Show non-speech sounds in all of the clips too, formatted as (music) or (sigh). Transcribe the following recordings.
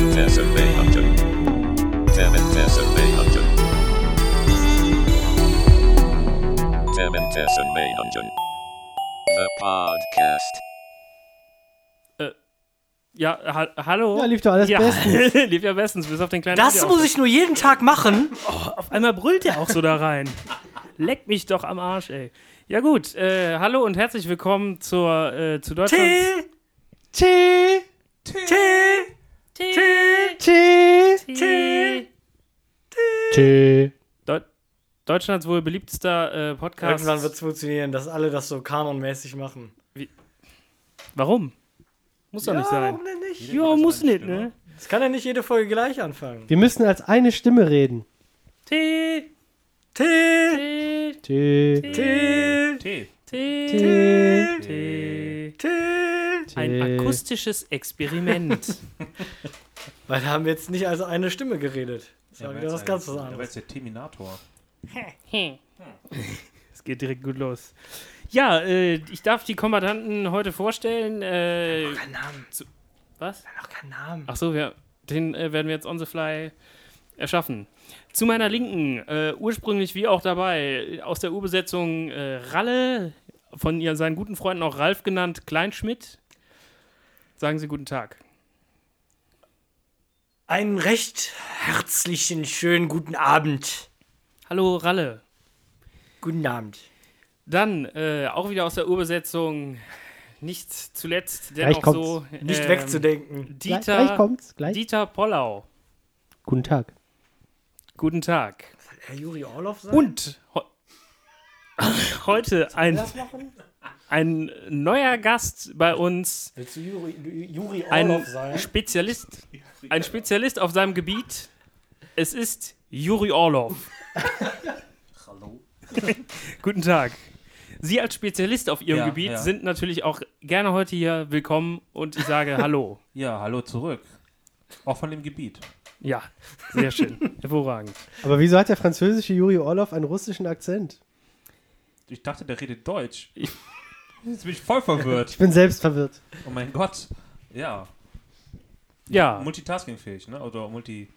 Messebeate. Tablet Messebeate. Tablet Messebeate. The podcast. Ja, ha hallo. Ja, lief doch alles ja, bestens. (laughs) lief ja bestens, bis auf den kleinen. Das muss ich nur jeden Tag machen. Auf einmal brüllt er auch so da rein. Leck mich doch am Arsch, ey. Ja gut, äh, hallo und herzlich willkommen zur, äh, zu Deutschland. Tee, Tee, Tee, Tee, Tee, Tee. Tee. Deu Deutschlands wohl beliebtester äh, Podcast. Irgendwann wird es funktionieren, dass alle das so kanonmäßig machen. Warum? Muss doch nicht sein. Warum denn nicht? Jo, muss nicht, genau. ne? Es kann ja nicht jede Folge gleich anfangen. Wir müssen als eine Stimme reden. Tee, Tee, Tee, Tee, Tee, Tee, Tee, Tee, Tee. Tee. Ein Tee. akustisches Experiment. Weil da haben wir jetzt nicht als eine Stimme geredet. Das war Ja, wieder was ganz was anderes. ist der Terminator. (laughs) Es geht direkt gut los. Ja, äh, ich darf die Kommandanten heute vorstellen. Äh, Kein Namen. was? Noch kein Namen. Ach so, wir, den äh, werden wir jetzt on the fly erschaffen. Zu meiner Linken, äh, ursprünglich wie auch dabei, äh, aus der Urbesetzung äh, Ralle, von ihr, seinen guten Freunden auch Ralf genannt, Kleinschmidt. Sagen Sie guten Tag. Einen recht herzlichen, schönen guten Abend. Hallo Ralle. Guten Abend. Dann, äh, auch wieder aus der Urbesetzung, nicht zuletzt, Gleich dennoch kommt's. so. ähm, Nicht Gleich, wegzudenken. Dieter, gleich kommt's, gleich. Dieter Pollau. Guten Tag. Guten Tag. Herr Juri Orloff sagt. Und heu- heute ein, ein neuer Gast bei uns, Willst du Juri, Juri Orloff ein sein? Spezialist, ein Spezialist auf seinem Gebiet. Es ist Juri Orlov. (laughs) Hallo. (laughs) Guten Tag. Sie als Spezialist auf Ihrem Ja, Gebiet ja. sind natürlich auch gerne heute hier willkommen und ich sage (laughs) Hallo. Ja, hallo zurück. Auch von dem Gebiet. Ja, sehr schön. Hervorragend. Aber wieso hat der französische Juri Orlov einen russischen Akzent? Ich dachte, der redet Deutsch. (laughs) Jetzt bin ich voll (laughs) verwirrt. Ich bin selbst verwirrt. Oh mein Gott. Ja. Ja, Multitaskingfähig, ne? Oder multi,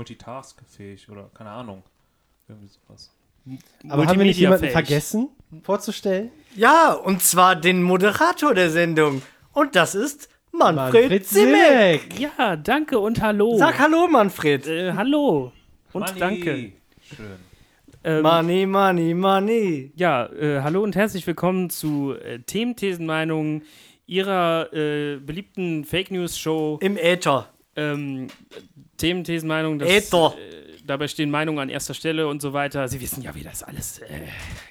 multitaskfähig oder keine Ahnung. Irgendwie sowas. Aber haben wir nicht jemanden multimediafähig. vergessen vorzustellen? Ja, und zwar den Moderator der Sendung. Und das ist Manfred, Simek. Simek. Ja, danke und hallo. Sag Hallo, Manfred. äh, hallo und Manni. danke. Schön. Ähm, Money, money, money. Ja, äh, hallo und herzlich willkommen zu äh, Themen, Thesen, Meinungen Ihrer äh, beliebten Fake News Show. Im Äther. Ähm, Themen, Thesen, Meinungen. das, Äther. äh, dabei stehen Meinungen an erster Stelle und so weiter. Sie wissen ja, wie das alles äh,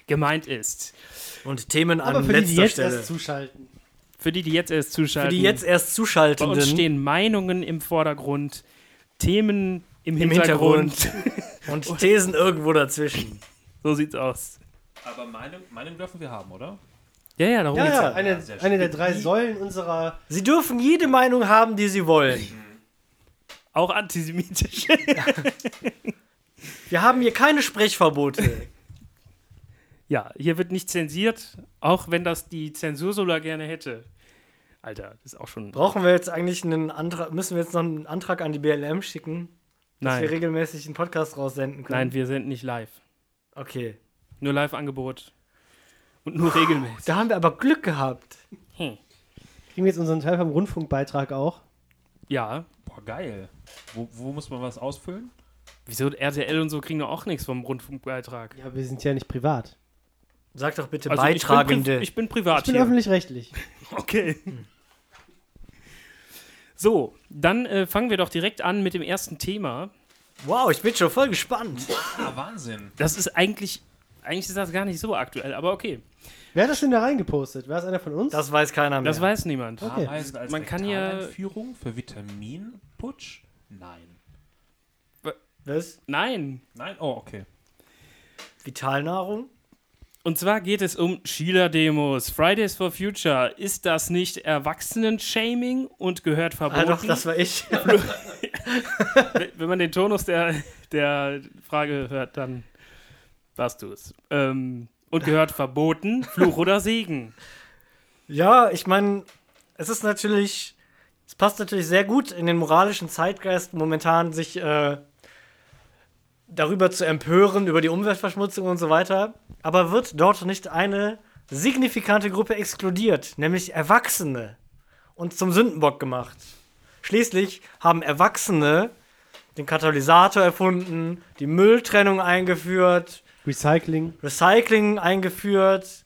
gemeint ist. Und Themen Aber an für die, die letzter jetzt Stelle. erst zuschalten. Für die, die jetzt erst zuschalten. Für die jetzt erst bei uns Zuschaltenden stehen Meinungen im Vordergrund, Themen im, Im Hintergrund. (laughs) und Thesen irgendwo dazwischen. so sieht's aus. Aber Meinung, Meinung dürfen wir haben, oder? Ja, ja, darum Ja, geht's. ja, eine, sehr eine der drei Säulen unserer. Sie dürfen jede Meinung haben, die Sie wollen. Auch antisemitisch. Wir haben hier (laughs) keine Sprechverbote. Ja, hier wird nicht zensiert, auch wenn das die Zensur sogar gerne hätte. Alter, das ist auch schon. Brauchen wir jetzt eigentlich einen Antrag? Müssen wir jetzt noch einen Antrag an die BLM schicken, dass wir nein, regelmäßig einen Podcast raussenden können? nein, wir sind nicht live. Okay. Nur Live-Angebot. Und nur regelmäßig. Da haben wir aber Glück gehabt. Kriegen wir jetzt unseren Teil vom Rundfunkbeitrag auch? Ja. Boah, geil. Wo, wo muss man was ausfüllen? Wieso RTL und so kriegen doch auch nichts vom Rundfunkbeitrag? Ja, wir sind ja nicht privat. Sag doch bitte Also ich bin pri- Beitragende. Ich bin privat Ich bin hier. öffentlich-rechtlich. (laughs) Okay. So, dann äh, fangen wir doch direkt an mit dem ersten Thema. wow, ich bin schon voll gespannt. Ah, Wahnsinn. Das ist eigentlich, eigentlich ist das gar nicht so aktuell, aber okay. Wer hat das denn da reingepostet? War es einer von uns? Das weiß keiner mehr. Das weiß niemand. Okay. Ameisen als Man kann ja- Rektaleinführung für Vitaminputsch? Nein. Was? Nein. Nein? Oh, okay. Vitalnahrung? Und zwar geht es um Schülerdemos. Fridays for Future. Ist das nicht Erwachsenen-Shaming und gehört verboten? Ah, doch, das war ich. Wenn man den Tonus der, der Frage hört, dann warst du es. Ähm, und gehört verboten, Fluch oder Segen. Ja, ich meine, es ist natürlich Es passt natürlich sehr gut in den moralischen Zeitgeist momentan, sich äh, darüber zu empören, über die Umweltverschmutzung und so weiter. Aber wird dort nicht eine signifikante Gruppe exkludiert, nämlich Erwachsene, und zum Sündenbock gemacht? Schließlich haben Erwachsene den Katalysator erfunden, die Mülltrennung eingeführt, Recycling, Recycling eingeführt,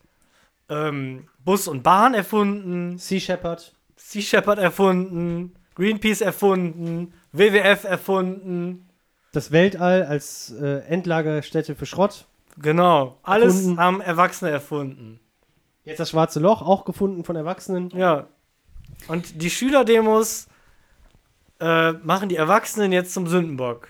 ähm, Bus und Bahn erfunden, Sea Shepherd, Sea Shepherd erfunden, Greenpeace erfunden, WWF erfunden. das Weltall als äh, Endlagerstätte für Schrott. Genau, alles Erfunden. haben Erwachsene erfunden. Jetzt das schwarze Loch, auch gefunden von Erwachsenen. Ja. Und die Schülerdemos äh, machen die Erwachsenen jetzt zum Sündenbock.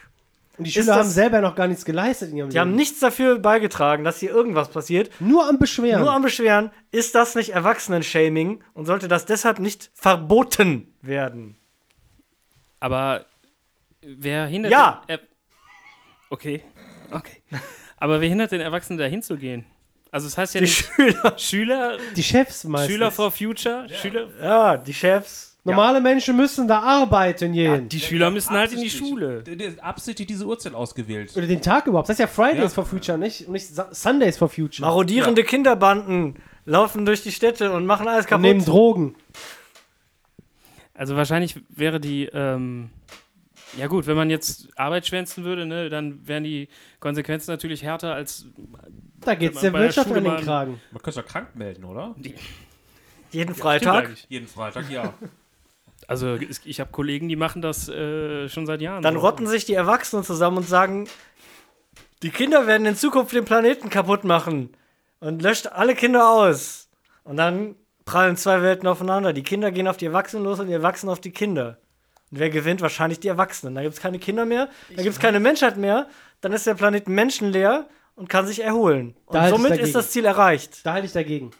Und die Ist Schüler das- haben selber noch gar nichts geleistet in ihrem Die Leben. haben nichts dafür beigetragen, dass hier irgendwas passiert. Nur am Beschweren. Nur am Beschweren, ist das nicht Erwachsenen-Shaming und sollte das deshalb nicht verboten werden? Aber wer hindert. Ja. Den, äh, okay. Okay. Aber wer hindert den Erwachsenen, da hinzugehen? Also, es heißt ja Die nicht Schüler. (laughs) Schüler, die Chefs meistens. Schüler for Future, Schüler. Ja, die Chefs. Normale Menschen müssen da arbeiten gehen. Die Schüler müssen halt in die Schule. Der, der hat absichtlich diese Uhrzeit ausgewählt. Oder den Tag überhaupt. Das ist ja Fridays Ja. for Future, nicht? Und nicht Sa- Sundays for Future. Marodierende Kinderbanden laufen durch die Städte und machen alles Und nehmen kaputt. Drogen. Also wahrscheinlich wäre die, ähm, ja gut, wenn man jetzt Arbeit schwänzen würde, ne, dann wären die Konsequenzen natürlich härter als, Da geht's man der bei der Wirtschaft Schule an den mal- Kragen. Man könnte es ja krank melden, oder? Jeden Stimmt Freitag. eigentlich. Jeden (laughs) Freitag, ja. Also es- ich habe Kollegen, die machen das äh, schon seit Jahren. Dann so. rotten sich die Erwachsenen zusammen und sagen, die Kinder werden in Zukunft den Planeten kaputt machen und löscht alle Kinder aus. Und dann prallen zwei Welten aufeinander. Die Kinder gehen auf die Erwachsenen los und die Erwachsenen auf die Kinder. Und wer gewinnt? Wahrscheinlich die Erwachsenen. Da gibt es keine Kinder mehr, da gibt es keine Menschheit mehr. Dann ist der Planet menschenleer und kann sich erholen. Und Da halte ich somit dagegen. ist das Ziel erreicht. Da halte ich dagegen.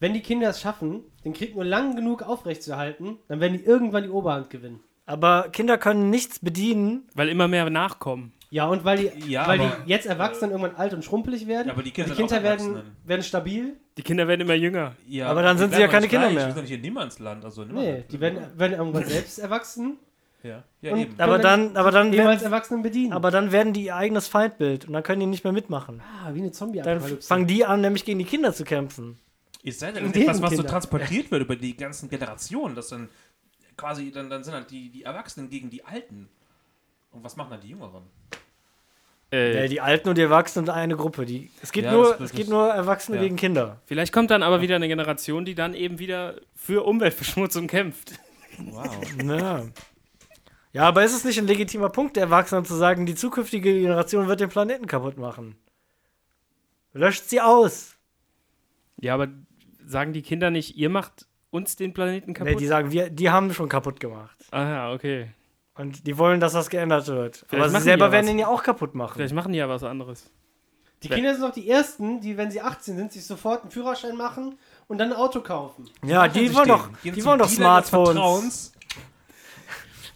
Wenn die Kinder es schaffen, den Krieg nur lang genug aufrechtzuerhalten, dann werden die irgendwann die Oberhand gewinnen. Aber Kinder können nichts bedienen, Weil immer mehr nachkommen. Ja, und weil die, Äh, Ja, weil aber- die jetzt Erwachsenen irgendwann alt und schrumpelig werden, Ja, aber die Kinder und die Kinder sind auch werden, Erwachsenen. werden stabil. Die Kinder werden immer jünger. ja Aber dann sind sie ja keine Kinder mehr. Ich bin nicht in Niemandsland. Also Nee, Niemandsland. die werden, werden irgendwann selbst erwachsen, Ja, ja Und eben. da- aber dann- dann, aber dann, nehmen als werden, Erwachsenen bedienen. aber dann werden die ihr eigenes Feindbild und dann können die nicht mehr mitmachen. ah, wie eine Dann Zombie-Apokalypse. fangen die an, nämlich gegen die Kinder zu kämpfen. Es sei denn, das ist Leben etwas, was so Kinder. transportiert wird über die ganzen Generationen, dass dann quasi, dann, dann sind halt die, die Erwachsenen gegen die Alten. Und was machen dann die Jüngeren? Äh, Ja, die Alten und die Erwachsenen sind eine Gruppe. Die, es geht Ja, nur, das- es geht nur Erwachsene ja. gegen Kinder. vielleicht kommt dann aber wieder eine Generation, die dann eben wieder für Umweltverschmutzung (laughs) kämpft. Wow. Ja. ja, aber ist es nicht ein legitimer Punkt der Erwachsenen zu sagen, die zukünftige Generation wird den Planeten kaputt machen? Löscht sie aus. Ja, aber sagen die Kinder nicht, ihr macht uns den Planeten Nee, kaputt? die sagen, wir, die haben schon kaputt gemacht. ah ja, okay. Und die wollen, dass das geändert wird. Vielleicht aber machen sie die selber ja werden was. ihn ja auch kaputt machen. Vielleicht machen die ja was anderes. die Kinder sind doch die Ersten, die, wenn sie 18 sind, sich sofort einen Führerschein machen und dann ein Auto kaufen. ja, Also die wollen doch, die wollen doch Smartphones.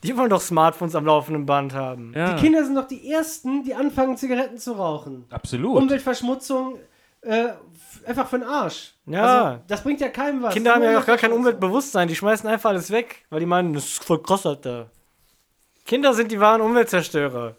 Die wollen doch Smartphones am laufenden Band haben. Ja. Die Kinder sind doch die Ersten, die anfangen, Zigaretten zu rauchen. Absolut. Umweltverschmutzung äh, f- einfach für den Arsch. Ja. Also, das bringt ja keinem was. Kinder haben ja Nur auch gar kein Umweltverschmutzung. Umweltbewusstsein. Die schmeißen einfach alles weg, weil die meinen, das ist voll krass, Alter. Kinder sind die wahren Umweltzerstörer.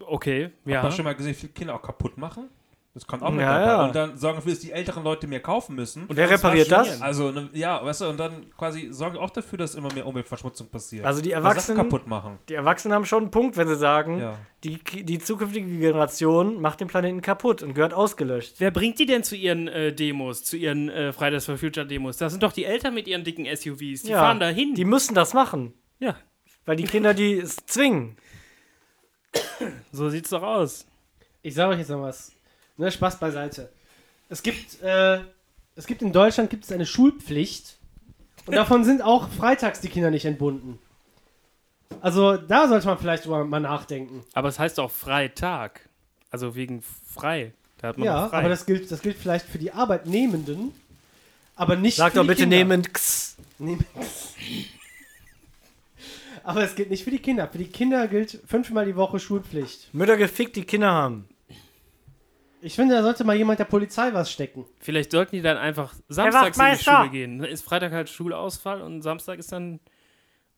okay, Habt ja. ihr schon mal gesehen, wie viele Kinder auch kaputt machen? Das kommt auch mit Ja, dabei. ja. Und dann sorgen dafür, dass die älteren Leute mehr kaufen müssen. Und wer repariert das? also, ne, ja, weißt du, und dann quasi sorgen auch dafür, dass immer mehr Umweltverschmutzung passiert. Also die Und Erwachsenen- Sachen kaputt machen. Die Erwachsenen haben schon einen Punkt, wenn sie sagen, Ja. die, Ki- die zukünftige Generation macht den Planeten kaputt und gehört ausgelöscht. Wer bringt die denn zu ihren äh, Demos, zu ihren äh, Fridays for Future Demos? Das sind doch die Eltern mit ihren dicken SUVs. Die Ja, fahren da hin. Die müssen das machen, Ja, weil die Kinder die es zwingen. so sieht's doch aus. Ich sage euch jetzt noch was. Ne, Spaß beiseite. Es gibt, äh, es gibt in Deutschland gibt es eine Schulpflicht und davon sind auch freitags die Kinder nicht entbunden. Also da sollte man vielleicht drüber mal nachdenken. Aber es heißt auch Freitag. Also wegen frei. Da hat man ja, doch frei. aber das gilt, das gilt vielleicht für die Arbeitnehmenden, aber nicht Sag für doch die bitte Kinder. nehmend X. Nehmen. Aber es gilt nicht für die Kinder. Für die Kinder gilt fünfmal die Woche Schulpflicht. Mütter gefickt, die Kinder haben. Ich finde, da sollte mal jemand der Polizei was stecken. Vielleicht sollten die dann einfach samstags in die Wachtmeister! Schule gehen. Dann Ist Freitag halt Schulausfall und Samstag ist dann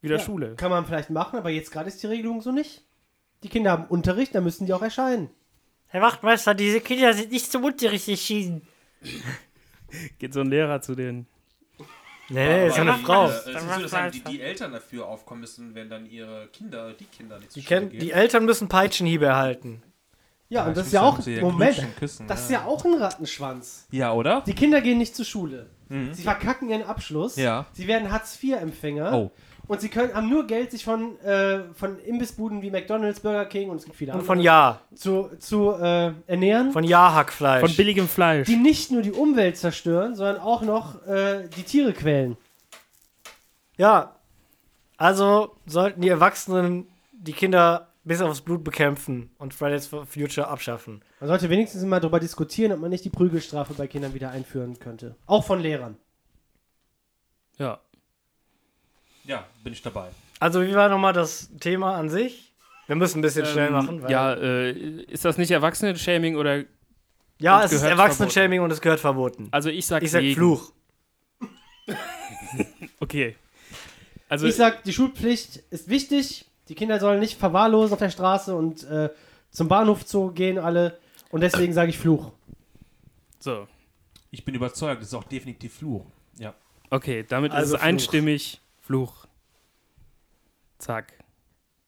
wieder Ja, Schule. Kann man vielleicht machen, aber jetzt gerade ist die Regelung so nicht. Die Kinder haben Unterricht, da müssen die auch erscheinen. Herr Wachtmeister, diese Kinder sind nicht zum Unterricht entschieden. Geht so ein Lehrer zu denen. Nee, nee, ist ja eine die, Frau. Äh, es ist nicht so, dass dann die, die Eltern dafür aufkommen müssen, wenn dann ihre Kinder, die Kinder nicht zur Die, kennen- die Eltern müssen Peitschenhiebe erhalten. Ja, und das ist muss ja ja auch. mit ihr Moment, knutschen, küssen, das ist ja. ja auch ein Rattenschwanz. Ja, oder? Die Kinder gehen nicht zur Schule. Sie verkacken ihren Abschluss. Mhm. Ja. Sie werden Hartz-IV-Empfänger. Oh. Und sie können, haben nur Geld, sich von, äh, von Imbissbuden wie McDonalds, Burger King und es gibt viele Und andere von Ja. zu, zu äh, ernähren, Von Ja-Hackfleisch. Von billigem Fleisch. die nicht nur die Umwelt zerstören, sondern auch noch äh, die Tiere quälen. Ja. Also sollten die Erwachsenen die Kinder bis aufs Blut bekämpfen und Fridays for Future abschaffen. Man sollte wenigstens mal darüber diskutieren, ob man nicht die Prügelstrafe bei Kindern wieder einführen könnte. Auch von Lehrern. Ja. Ja, bin ich dabei. Also, wie war nochmal das Thema an sich? Wir müssen ein bisschen schnell machen. Weil Ähm, ja, äh, ist das nicht Erwachsenen-Shaming oder. ja und es ist gehört Erwachsenen-Shaming und es gehört verboten. Also ich sag, Ich sag jeden. Fluch. Okay. Also ich sag, die Schulpflicht ist wichtig. Die Kinder sollen nicht verwahrlosen auf der Straße und äh, zum Bahnhof zu gehen alle. Und deswegen sage ich Fluch. so. Ich bin überzeugt, es ist auch definitiv Fluch. Ja. Okay, damit Also ist es Fluch. einstimmig Fluch. Zack.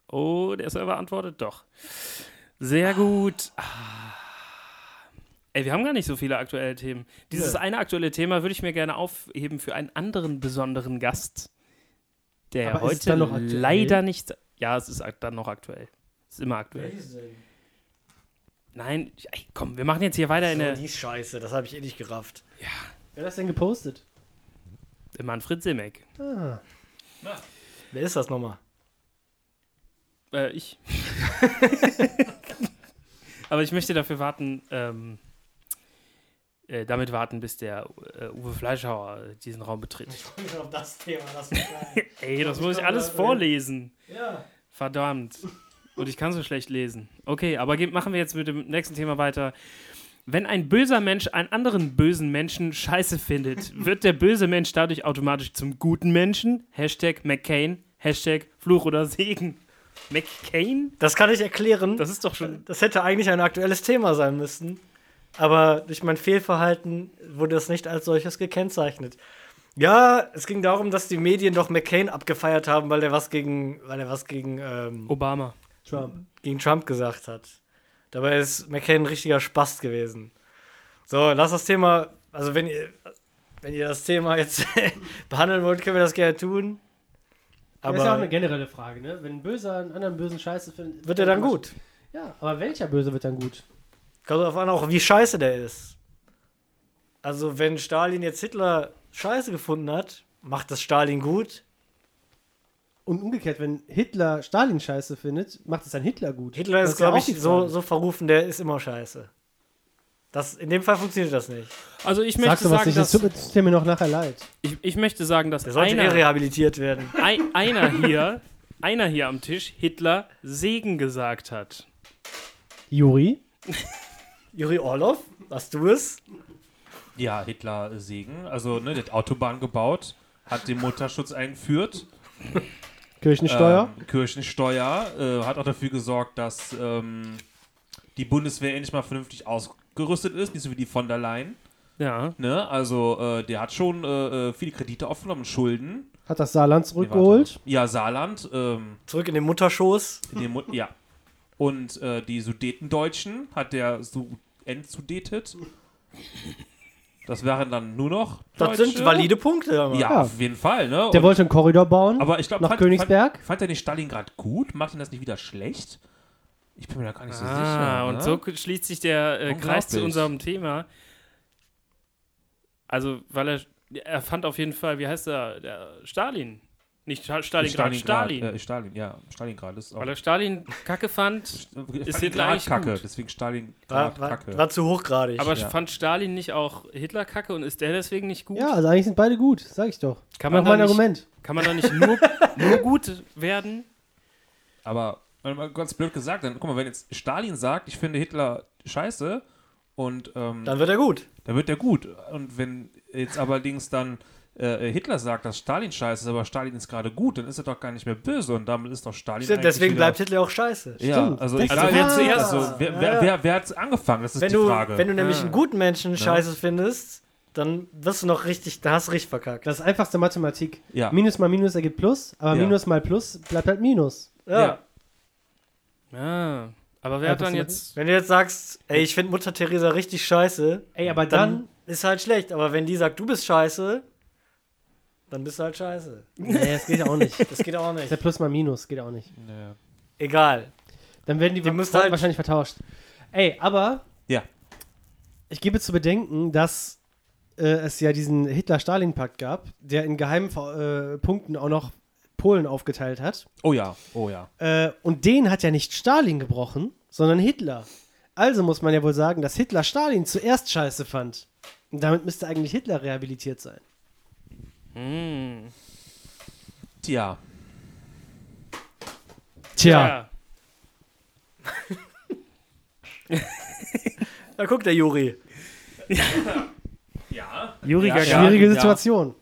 Oh, der Server antwortet doch. Sehr gut. Ah. Ey, wir haben gar nicht so viele aktuelle Themen. Dieses eine aktuelle Thema würde ich mir gerne aufheben für einen anderen besonderen Gast, der Aber ist es heute dann noch aktuell? leider nicht. Ja, es ist ak- dann noch aktuell. Es ist immer aktuell. Nein, ey, komm, wir machen jetzt hier weiter in So, der. die Scheiße, das habe ich eh nicht gerafft. Wer hat das denn gepostet? in Manfred Simek. Ah. Wer ist das nochmal? Äh, ich. Aber ich möchte dafür warten, ähm, äh, damit warten, bis der äh, Uwe Fleischhauer äh, diesen Raum betritt. Auf das Thema, das Ey, das muss ich glaub, alles da- vorlesen. Ja. Verdammt. Und ich kann so schlecht lesen. Okay, aber ge- machen wir jetzt mit dem nächsten Thema weiter. Wenn ein böser Mensch einen anderen bösen Menschen scheiße findet, wird der böse Mensch dadurch automatisch zum guten Menschen? Hashtag McCain, Hashtag Fluch oder Segen. McCain? Das kann ich erklären. Das ist doch schon Das hätte eigentlich ein aktuelles Thema sein müssen. Aber durch mein Fehlverhalten wurde es nicht als solches gekennzeichnet. Ja, es ging darum, dass die Medien doch McCain abgefeiert haben, weil er was gegen, weil er was gegen, ähm, Obama. Trump. gegen Trump gesagt hat. Dabei ist McCain ein richtiger Spast gewesen. So, lass das Thema, also wenn ihr, wenn ihr das Thema jetzt (laughs) behandeln wollt, können wir das gerne tun. Aber das ist ja auch Aber eine generelle Frage, ne? Wenn ein Böser einen anderen Bösen Scheiße findet. wird er dann gut? Ja, aber welcher Böse wird dann gut? Kommt drauf an, auch wie scheiße der ist. Also, wenn Stalin jetzt Hitler scheiße gefunden hat, macht das Stalin gut. Und umgekehrt, wenn Hitler Stalin Scheiße findet, macht es dann Hitler gut. Hitler Das ist, glaube auch ich, die so, Frage. so verrufen, der ist immer scheiße. Das, in dem Fall funktioniert das nicht. Also ich Sagst möchte du was sagen, nicht, das dass tut- tut mir noch nachher leid. ich, ich möchte sagen, dass Der sollte eher einer, rehabilitiert werden. ein, einer hier, einer hier am Tisch Hitler Segen gesagt hat. Juri? Juri Orlov, hast du es? Ja, Hitler äh, Segen. Also, ne, der hat Autobahn gebaut, hat den Mutterschutz eingeführt. Kirchensteuer? Ähm, Kirchensteuer. Äh, hat auch dafür gesorgt, dass ähm, die Bundeswehr endlich mal vernünftig ausgerüstet ist, nicht so wie die von der Leyen. Ja, Ne? Also, äh, der hat schon äh, äh, viele Kredite aufgenommen, Schulden. Ähm, Hat das Saarland Nee, warte. zurückgeholt? Ja, Saarland. Ähm, Zurück in den Mutterschoß. in dem Mund- ja. Und äh, die Sudetendeutschen hat der Su entsudetet. Das wären dann nur noch. Das Deutsche. sind valide Punkte. hör mal. Ja, Ja. auf jeden Fall, ne? Ah. Der Und, wollte einen Korridor bauen. aber ich glaube, Hm? nach Königsberg? Fand, fand er den Stalingrad gut? Macht ihn das nicht wieder schlecht? Ich bin mir da gar nicht so ah, sicher. und ne? so schließt sich der äh, Kreis zu Unglaublich. unserem Thema. Also, weil er, er fand auf jeden Fall, wie heißt er, der Stalin. Nicht Sta- Stalingrad, Stalin. Äh, Stalin, ja. Stalingrad ist auch. weil er Stalin kacke fand, Stalingrad Hitler eigentlich Kacke, gut? deswegen War, Stalingrad war, Kacke. war zu hochgradig. aber Ja. fand Stalin nicht auch Hitler kacke und ist der deswegen nicht gut? ja, also eigentlich sind beide gut, sag ich doch. Kann Noch man mein da nicht, Argument. Kann man da nicht nur, nur gut werden? Aber mal ganz blöd gesagt, dann guck mal, wenn jetzt Stalin sagt, ich finde Hitler scheiße Und ähm, Dann wird er gut. da wird er gut. Und wenn jetzt allerdings dann äh, Hitler sagt, dass Stalin scheiße ist, aber Stalin ist gerade gut, dann ist er doch gar nicht mehr böse und damit ist doch Stalin. Stimmt, eigentlich deswegen wieder, bleibt Hitler auch scheiße. Ja, Stimmt, also das- egal, Also wer wer zuerst. zuerst- Also, wer, wer, wer, wer hat's angefangen? Das ist Wenn die du, Frage. wenn du nämlich einen guten Menschen scheiße findest, dann wirst du noch richtig, da hast du richtig verkackt. Das ist einfachste Mathematik. Ja. Minus mal Minus ergibt Plus, aber Ja. Minus mal Plus bleibt halt Minus. ja. ja. Ja. Ah, Aber wer hat Einfach dann so jetzt. Wenn du jetzt sagst, ey, ich finde Mutter Teresa richtig scheiße, Ey, aber dann dann, ist halt schlecht. Aber wenn die sagt, du bist scheiße, dann bist du halt scheiße. Nee, das geht auch nicht. Das Das geht auch (laughs) ist ja nicht. Plus mal Minus, geht auch nicht. Ja. Egal. Dann werden die, Die müssen Fronten halt- wahrscheinlich vertauscht. Ey, aber ja. ich gebe zu bedenken, dass äh, es ja diesen Hitler-Stalin-Pakt gab, der in geheimen Ver- äh, Punkten auch noch Polen aufgeteilt hat. Oh ja, oh ja. Äh, und den hat ja nicht Stalin gebrochen, sondern Hitler. Also muss man ja wohl sagen, dass Hitler Stalin zuerst scheiße fand. Und damit müsste eigentlich Hitler rehabilitiert sein. Hm. Tja. Ja. Da guckt der Juri. Ja. Juri Ja, Gagarin. schwierige ja. Situation.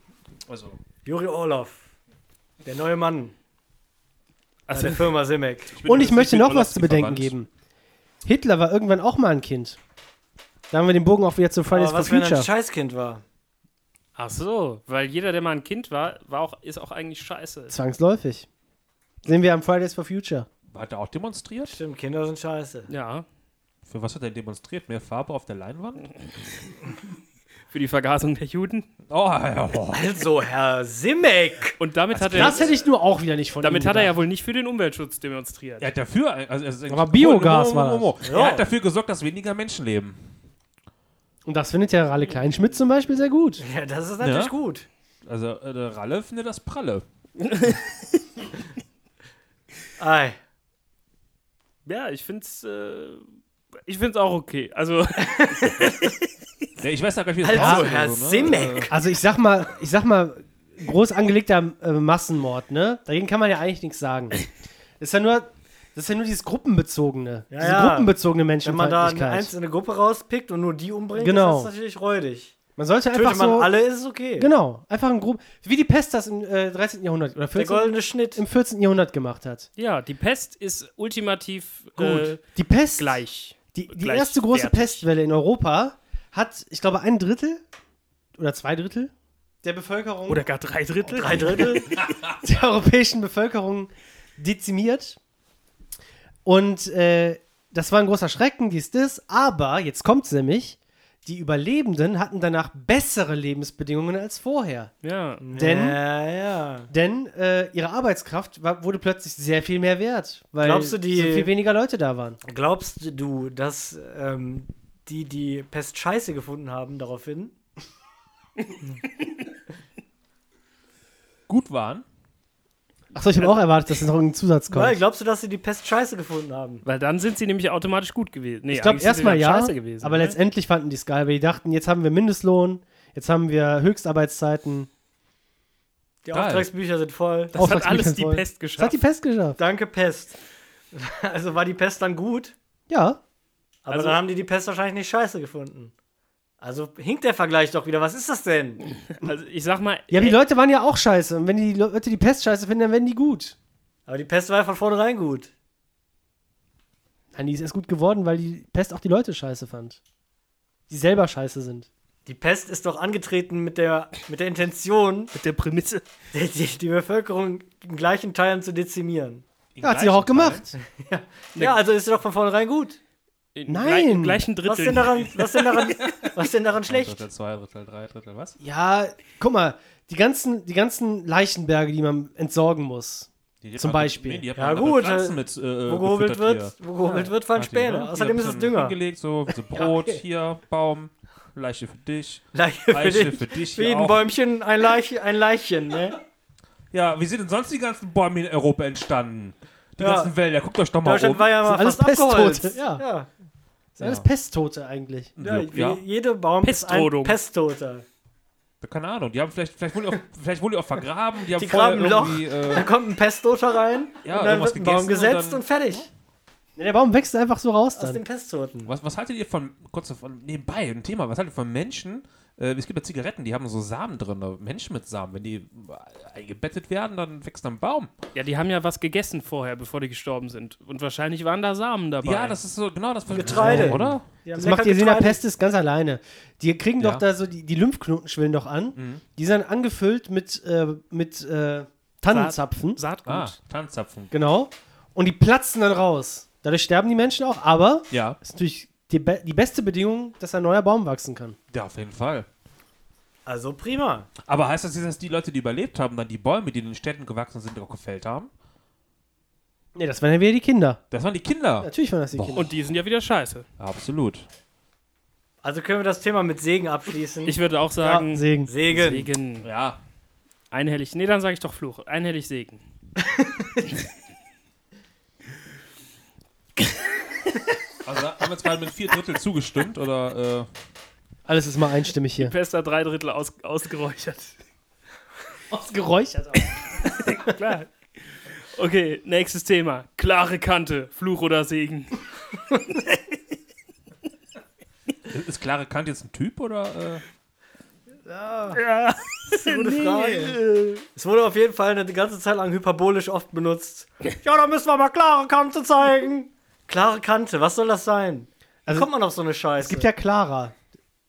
Also, Juri Orlov. Der neue Mann. Also Also- der Firma Simek. ich Und ich möchte noch was zu bedenken geben. Hitler war irgendwann auch mal ein Kind. Da haben wir den Bogen auch wieder zu Fridays for Aber was, wenn er ein Future. Scheißkind war? Ach so, weil jeder, der mal ein Kind war, war auch, ist auch eigentlich scheiße. Zwangsläufig. Sehen wir am Fridays for Future. Hat er auch demonstriert? Stimmt, Kinder sind scheiße. Ja, Für was hat er demonstriert? Mehr Farbe auf der Leinwand? für die Vergasung der Juden. Oh, ja, oh. Also, Herr Simek. Und damit hat er. Das hätte ich nur auch wieder nicht von damit ihm hat er ja gedacht. wohl nicht für den Umweltschutz demonstriert. Er hat dafür. ein- Also, also Aber Biogas war das. oh, Er hat dafür gesorgt, dass weniger Menschen leben. Und das findet ja Ralle Kleinschmidt zum Beispiel sehr gut. Ja, das ist natürlich Ja. gut. Also, äh, der Ralle findet das pralle. Ei. Ja, ich find's. Äh, ich find's auch okay. Also, (laughs) Ja, ich weiß ja gar nicht, wie das Also, rausgeht Herr und so, ne? Simek. Also ich sag mal, ich sag mal, groß angelegter äh, Massenmord, ne? Dagegen kann man ja eigentlich nichts sagen. Das ist ja nur, das ist ja nur dieses gruppenbezogene, Ja, diese ja. gruppenbezogene Wenn man da eine Menschenfeindlichkeit. einzelne Gruppe rauspickt und nur die umbringt, Genau. ist das natürlich räudig. Man sollte einfach Tötet man so, alle, ist es okay. genau, einfach ein Gruppen, wie die Pest das im äh, 13. Jahrhundert oder Der 14. goldene Schnitt. im 14. Jahrhundert gemacht hat. ja, die Pest ist ultimativ Äh, Gut. Die Pest, gleich. die, die gleich erste große wertig. Pestwelle in Europa hat, ich glaube, ein Drittel oder zwei Drittel der Bevölkerung Oder gar drei Drittel. Drei Drittel. der europäischen Bevölkerung dezimiert. Und äh, das war ein großer Schrecken, dies, das. Aber, jetzt kommt's nämlich, die Überlebenden hatten danach bessere Lebensbedingungen als vorher. Ja. Denn, ja, ja. denn äh, ihre Arbeitskraft war, wurde plötzlich sehr viel mehr wert, weil Glaubst du, die- so viel weniger Leute da waren. Glaubst du, dass ähm, die, die Pest scheiße gefunden haben, daraufhin? Gut waren. Achso, ich habe auch erwartet, dass noch irgendein Zusatz kommt. Weil, glaubst du, dass sie die Pest scheiße gefunden haben? Weil dann sind sie nämlich automatisch gut gewesen. Nee, Ich glaube eigentlich sind sie erstmal dann ja, Scheiße gewesen, aber ne? letztendlich fanden die es geil, weil die dachten, jetzt haben wir Mindestlohn, jetzt haben wir Höchstarbeitszeiten. Die Geil. Auftragsbücher sind voll. Das hat Auftragsbücher alles die voll. Pest Das hat geschafft. die Pest geschafft. Danke, Pest. (laughs) Also war die Pest dann gut, Ja, aber Also- dann haben die die Pest wahrscheinlich nicht scheiße gefunden. Also hinkt der Vergleich doch wieder. Was ist das denn? also ich sag mal, Ja, aber Äh. die Leute waren ja auch scheiße. Und wenn die Leute die Pest scheiße finden, dann werden die gut. Aber die Pest war ja von vornherein gut. Nein, die ist erst gut geworden, weil die Pest auch die Leute scheiße fand. Die selber scheiße sind. Die Pest ist doch angetreten mit der, mit der Intention, (laughs) mit der Prämisse. die, die, die Bevölkerung in gleichen Teilen zu dezimieren. In Ja, hat sie doch auch gleichen Teilen. gemacht. Ja, also ist sie doch von vornherein gut. In Nein. Gleich, Im gleichen Was Drittel. denn daran, was denn (laughs) daran, was denn daran Ein schlecht? Drittel, zwei Drittel, drei Drittel, was? (laughs) Ja, guck mal, die ganzen, die ganzen Leichenberge, die man entsorgen muss. Die- die Zum hat man- Beispiel. nee, die hat Ja, man mit gut, Pflanzen äh, mit, äh, Wo gehobelt gefüttert wird, hier. wo gehobelt wird, fallen Hat die, ne? Die Späne. Außerdem hat ist es so Dünger. Hingelegt, so, so Brot, hier, Baum, Leiche für dich. (laughs) Leiche (laughs) für, Leiche dich. für dich Für hier jeden auch. Bäumchen ein, Leiche, ein Leichchen, ne? Ja, wie sind denn sonst die ganzen Bäume in Europa entstanden? Die Ja. ganzen Wälder, guckt euch doch mal Deutschland um. war ja mal Sind alles fast abgeholzt. Pesttote, ja. ja. Das sind alles Ja. Pesttote eigentlich. Ja, ja, ja. je- Jede Baum ist ein Pestrodung. Pesttoter. Keine Ahnung, die haben vielleicht, vielleicht wurden die auch, (laughs) vielleicht wurden die auch vergraben, die haben Die vorher graben ein Loch, irgendwie, äh, dann kommt ein Pesttoter rein Ja, und dann irgendwas wird ein Baum gegessen und gesetzt und, dann- fertig. Ja, der Baum wächst einfach so raus Aus dann. den Pestzoten. Was, was haltet ihr von, kurz von nebenbei, ein Thema, was haltet ihr von Menschen? Äh, es gibt ja Zigaretten, die haben so Samen drin, äh, Menschen mit Samen. Wenn die eingebettet werden, dann wächst da ein Baum. Ja, die haben ja was gegessen vorher, bevor die gestorben sind. Und wahrscheinlich waren da Samen dabei. Ja, das ist so, genau das was- Getreide. oder? Das macht Jesena Pestis ganz alleine. Die kriegen Ja. Mhm. doch da so, die, die Lymphknoten schwillen doch an. Die sind angefüllt mit, äh, mit äh, Tannenzapfen. Saatgut. Ah, Tanzzapfen. Genau. Und die platzen dann raus. Dadurch sterben die Menschen auch, aber Ja, ist natürlich die, be die beste Bedingung, dass ein neuer Baum wachsen kann. ja, auf jeden Fall. Also prima. Aber heißt das jetzt, dass die Leute, die überlebt haben, dann die Bäume, die in den Städten gewachsen sind, auch gefällt haben? Ne, das wären ja wieder die Kinder. Das waren die Kinder. Natürlich waren das die Boah. Kinder. Und die sind ja wieder scheiße. Absolut. Also können wir das Thema mit Segen abschließen. Ich würde auch Ja, sagen, Ah, Segen. Segen. Segen. Ja, Einhellig. Nee, dann sage ich doch Fluch. Einhellig Segen. also haben wir jetzt gerade mit vier Drittel zugestimmt oder äh, Alles ist mal einstimmig hier. Pester drei Drittel aus, ausgeräuchert. (laughs) Ausgeräuchert. Klar. Okay, nächstes Thema. Klare Kante. Fluch oder Segen. ist äh, ist klare Kant jetzt ein Typ oder? Äh, Ja. Gute Frage. Es wurde auf jeden Fall eine ganze Zeit lang hyperbolisch oft benutzt. Ja, da müssen wir mal klare Kante zeigen. Klare Kante, was soll das sein? Wie Also, kommt man auf so eine Scheiße? Es gibt ja Clara.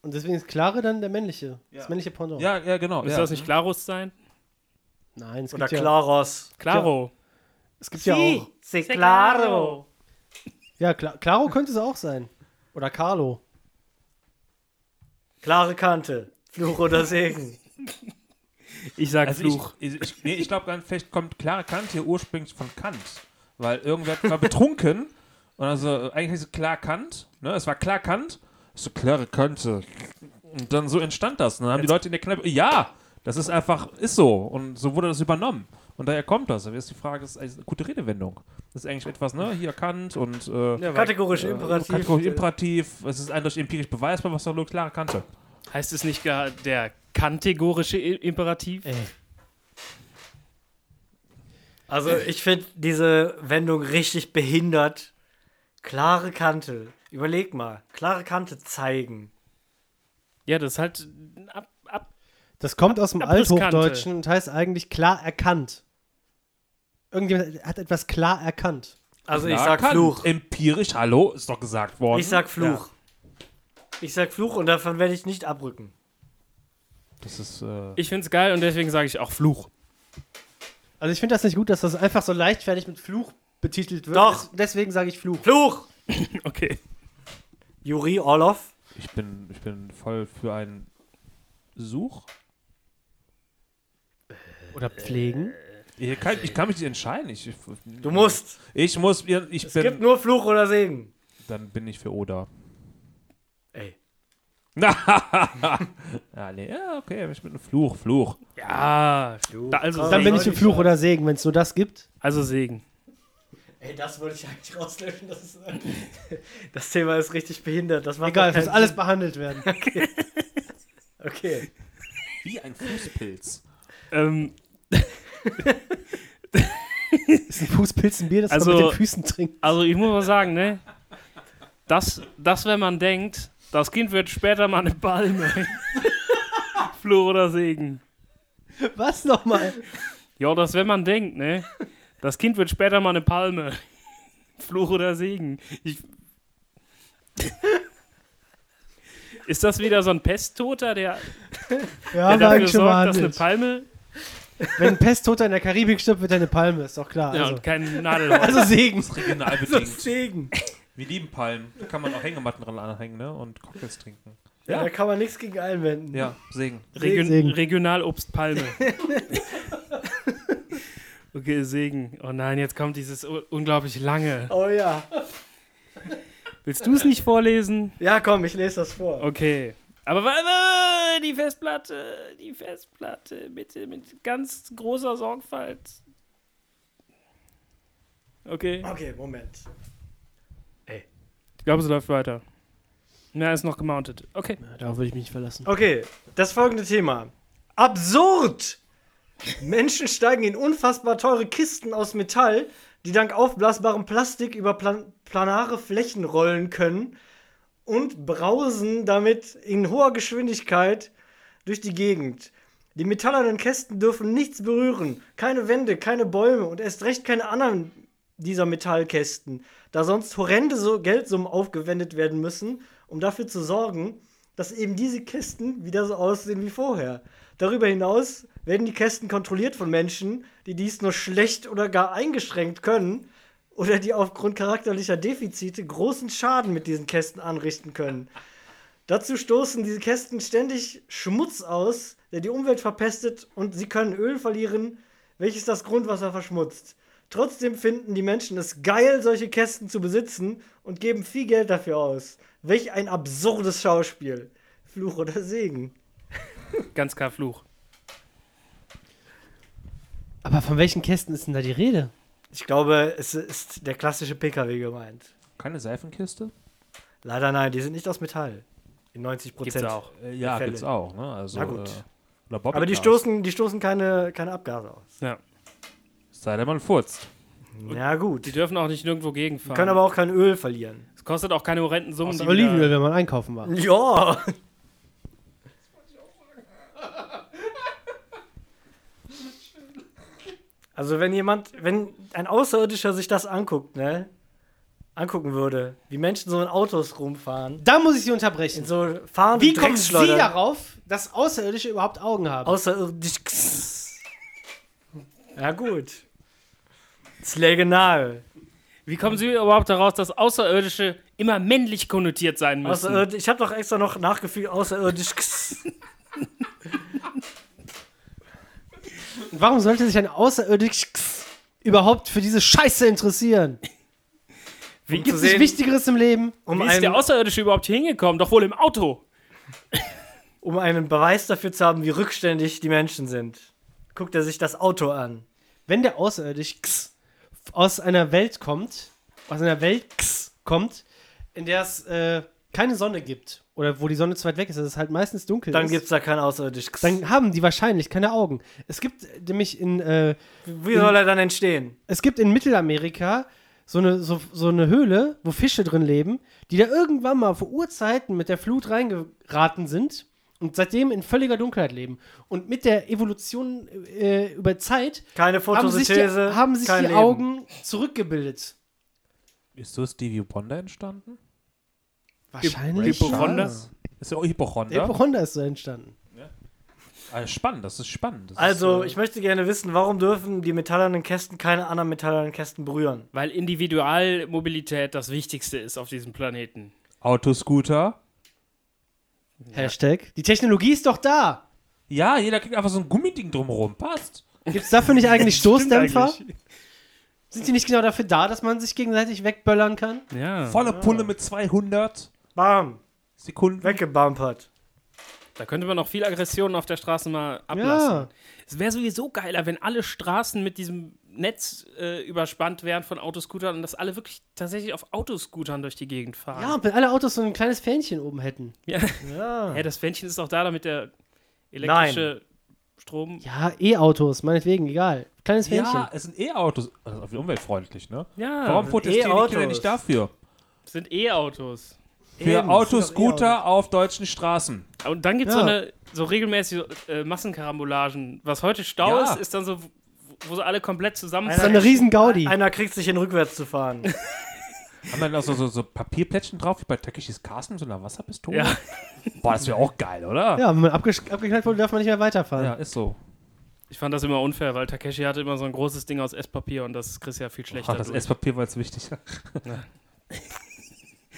Und deswegen ist Klare dann der männliche. Das männliche Pendant. ja, ja, genau. Müsste ja. das nicht Klarus sein? Nein, es Oder gibt, ja, Klaros. Claro. es gibt ja auch. Se claro. Ja, Cla Claro könnte es auch sein. Oder Carlo. Klare Kante. Fluch oder Segen. Ich sag Also ich, Fluch. ich, ich, nee, ich glaube, dann vielleicht kommt klare Kant hier ursprünglich von Kant. Weil irgendwer war betrunken. Und also äh, eigentlich ist es klar Kant. Ne? Es war klar Kant. So klare Kante. Und dann so entstand das. Und dann haben die Leute in der Kneipe, ja, das ist einfach, ist so. Und so wurde das übernommen. Und daher kommt das. Aber jetzt die Frage, ist, ist eine gute Redewendung. Das ist eigentlich etwas, ne? Hier Kant und äh, Ja, weil- Kategorisch Imperativ. Kategorie Imperativ. Es ist eindeutig empirisch beweisbar, was doch nur klare Kante. heißt es nicht gar der kategorische I- Imperativ? Äh. Also ich finde diese Wendung richtig behindert. Klare Kante. Überleg mal. Klare Kante zeigen. Ja, das ist halt ab, ab, Das kommt aus dem Abrisskante. Althochdeutschen und heißt eigentlich klar erkannt. Irgendjemand hat etwas klar erkannt. Also ich Klar sag Kant. Fluch. Empirisch, hallo, ist doch gesagt worden. Ich sag Fluch. Ich sag Fluch und davon werde ich nicht abrücken. Das ist. Äh, ich find's geil und deswegen sage ich auch Fluch. (laughs) Also ich finde das nicht gut, dass das einfach so leichtfertig mit Fluch betitelt wird. Doch. Des- Deswegen sage ich Fluch. Fluch! Okay. Juri Orloff. Ich bin, ich bin voll für ein Such. Oder pflegen. Ich kann, ich kann mich nicht entscheiden. Ich, ich, Du musst. Ich muss. Ich Es gibt bin. nur Fluch oder Segen. Dann bin ich für Oda. (laughs) Ey. Ah, nee, ja, okay. Ich bin ein Fluch, Fluch. Ja, da, also, Dann Segen. bin ich für Fluch oder Segen, wenn es nur das gibt. also Segen. Ey, das würde ich eigentlich rauslöschen. Das, ist, (laughs) das Thema ist richtig behindert. Das macht Egal, doch es muss keinen alles behandelt werden. Sinn. Okay. Wie ein Fußpilz. Ähm, (laughs) ist ein Fußpilz ein Bier, das Also- man mit den Füßen trinkt. also ich muss mal sagen, ne? Das, das, wenn man denkt, das Kind wird später mal eine Palme. (laughs) Fluch oder Segen. (laughs) Was nochmal? Ja, das, wenn man denkt, ne? Das Kind wird später mal eine Palme. (laughs) Fluch oder Segen. Ich (laughs) ist das wieder so ein Pesttoter, der, Ja, der war dafür eigentlich schon sorgt, dass eine behandelt. Palme Wenn ein Pesttoter in der Karibik stirbt, wird er eine Palme, ist doch klar. ja, also. und kein Nadelholz. also (laughs) Segen. (laughs) Regional Also bedingt. Segen. Wir lieben Palmen. Da kann man auch Hängematten dran anhängen, ne? Und Cocktails trinken. Ja, da kann man nichts gegen einwenden. Ja, Segen. Region, Segen. Regionalobstpalme. (laughs) okay, Segen. Oh nein, jetzt kommt dieses u- unglaublich lange. Oh ja. Willst du es nicht vorlesen? Ja, komm, ich lese das vor. Okay. Aber wa- wa- die Festplatte, die Festplatte, bitte mit ganz großer Sorgfalt. Okay. Okay, Moment. Ich glaube, es läuft weiter. Na, ist noch gemountet. Okay. Darauf würde ich mich nicht verlassen. Okay, das folgende Thema. Absurd! Menschen steigen in unfassbar teure Kisten aus Metall, die dank aufblasbarem Plastik über plan planare Flächen rollen können und brausen damit in hoher Geschwindigkeit durch die Gegend. Die metallernen Kästen dürfen nichts berühren, keine Wände, keine Bäume und erst recht keine anderen dieser Metallkästen, da sonst horrende so Geldsummen aufgewendet werden müssen, um dafür zu sorgen, dass eben diese Kästen wieder so aussehen wie vorher. Darüber hinaus werden die Kästen kontrolliert von Menschen, die dies nur schlecht oder gar eingeschränkt können oder die aufgrund charakterlicher Defizite großen Schaden mit diesen Kästen anrichten können. Dazu stoßen diese Kästen ständig Schmutz aus, der die Umwelt verpestet und sie können Öl verlieren, welches das Grundwasser verschmutzt. Trotzdem finden die Menschen es geil, solche Kästen zu besitzen und geben viel Geld dafür aus. Welch ein absurdes Schauspiel. Fluch oder Segen. Ganz klar Fluch. Aber von welchen Kästen ist denn da die Rede? Ich glaube, es ist der klassische PKW gemeint. Keine Seifenkiste? Leider nein, die sind nicht aus Metall. In 90 Gibt's ja Prozent. auch. Äh, ja, Fälle. gibt's auch. Ne? Also, Na gut. Äh, oder Aber die Bobbycars. stoßen, die stoßen keine, keine Abgase aus. Ja. Es Sei denn, man furzt. Ja, gut. Die Die dürfen auch nicht nirgendwo gegenfahren. können aber auch kein Öl verlieren. es kostet auch keine horrenden Summen. Außer die wieder- Olivenöl, wenn man einkaufen war. Ja. Also wenn jemand, wenn ein Außerirdischer sich das anguckt, ne, angucken würde, wie Menschen so in Autos rumfahren, Da muss ich Sie unterbrechen. in so fahrenden Wie kommen Sie Drecksschleudern. darauf, dass Außerirdische überhaupt Augen haben? Außerirdisch. Ja gut. Es läge nahe. Wie kommen Sie überhaupt daraus, dass Außerirdische immer männlich konnotiert sein müssen? Außerirdisch. Ich habe doch extra noch nachgefügt, außerirdisch. Und Warum sollte sich ein Außerirdisches überhaupt für diese Scheiße interessieren? Wie Gibt Um zu es sehen- nichts Wichtigeres im Leben? Um Wie ist der einen, Außerirdische überhaupt hier hingekommen? Doch wohl im Auto. um einen Beweis dafür zu haben, wie rückständig die Menschen sind, guckt er sich das Auto an. Wenn der Außerirdisches aus einer Welt kommt, aus einer Welt kommt, in der es äh, keine Sonne gibt oder wo die Sonne zu weit weg ist, dass es halt meistens dunkel Dann ist, gibt's da kein außerirdisch. dann haben die wahrscheinlich keine Augen. Es gibt nämlich in äh, Wie soll er dann entstehen? es gibt in Mittelamerika so eine, so, so eine Höhle, wo Fische drin leben, die da irgendwann mal vor Urzeiten mit der Flut reingeraten sind und seitdem in völliger Dunkelheit leben. Und mit der Evolution äh, über Zeit Keine haben sich die, Photosynthese, haben sich kein die Leben. Augen zurückgebildet. Ist so Stevie Wonder entstanden? Ah. Wahrscheinlich. Hypochonder? Ist ja auch Hypochonder. Der Hypochonder ist so entstanden. Ah, spannend, das ist spannend. Das äh, Also, ist, ich möchte gerne wissen, warum dürfen die metallernen Kästen keine anderen metallernen Kästen berühren? Weil Individualmobilität das Wichtigste ist auf diesem Planeten. Autoscooter. Hashtag. Die Technologie ist doch da. Ja, jeder kriegt einfach so ein Gummiding drumherum. Passt. Gibt es dafür (laughs) nicht eigentlich Stimmt Stoßdämpfer? eigentlich. Sind die nicht genau dafür da, dass man sich gegenseitig wegböllern kann? Ja. Volle Ah. Pulle mit 200 Bam, Sekunden. weggebumpert. Da könnte man noch viel Aggressionen auf der Straße mal ablassen. Es wäre sowieso geiler, wenn alle Straßen mit diesem Netz äh, überspannt wären von Autoscootern und dass alle wirklich tatsächlich auf Autoscootern durch die Gegend fahren. Ja, und wenn alle Autos so ein kleines Fähnchen oben hätten. Ja. Hä, das Fähnchen ist doch da, damit der elektrische Strom. Ja, E-Autos, meinetwegen, egal. Kleines Fähnchen. Ja, äh, es sind E-Autos. Also wie umweltfreundlich, ne? Ja, Warum protestieren die Kinder E-Autos. nicht dafür? das sind E-Autos. Eben, Für das sind doch Autoscooter auf deutschen Straßen. Und dann gibt es Ja. so, eine, so regelmäßig äh, Massenkarambolagen. Was heute Stau Ja. ist, ist dann so, wo- wo sie alle komplett Das ist zusammenfassen. eine riesen Gaudi. Einer kriegt sich hin, rückwärts zu fahren. (laughs) Haben dann auch so, so, so Papierplättchen drauf, wie bei Takeshis Castle mit so einer Wasserpistole? Ja. Boah, das wäre auch geil, oder? Ja, wenn man abgesch- abgeknallt wurde, darf man nicht mehr weiterfahren. Ja, ist so. Ich fand das immer unfair, weil Takeshi hatte immer so ein großes Ding aus Esspapier und das kriegst du ja viel schlechter. Ach, das durch. Esspapier war jetzt wichtig. (laughs)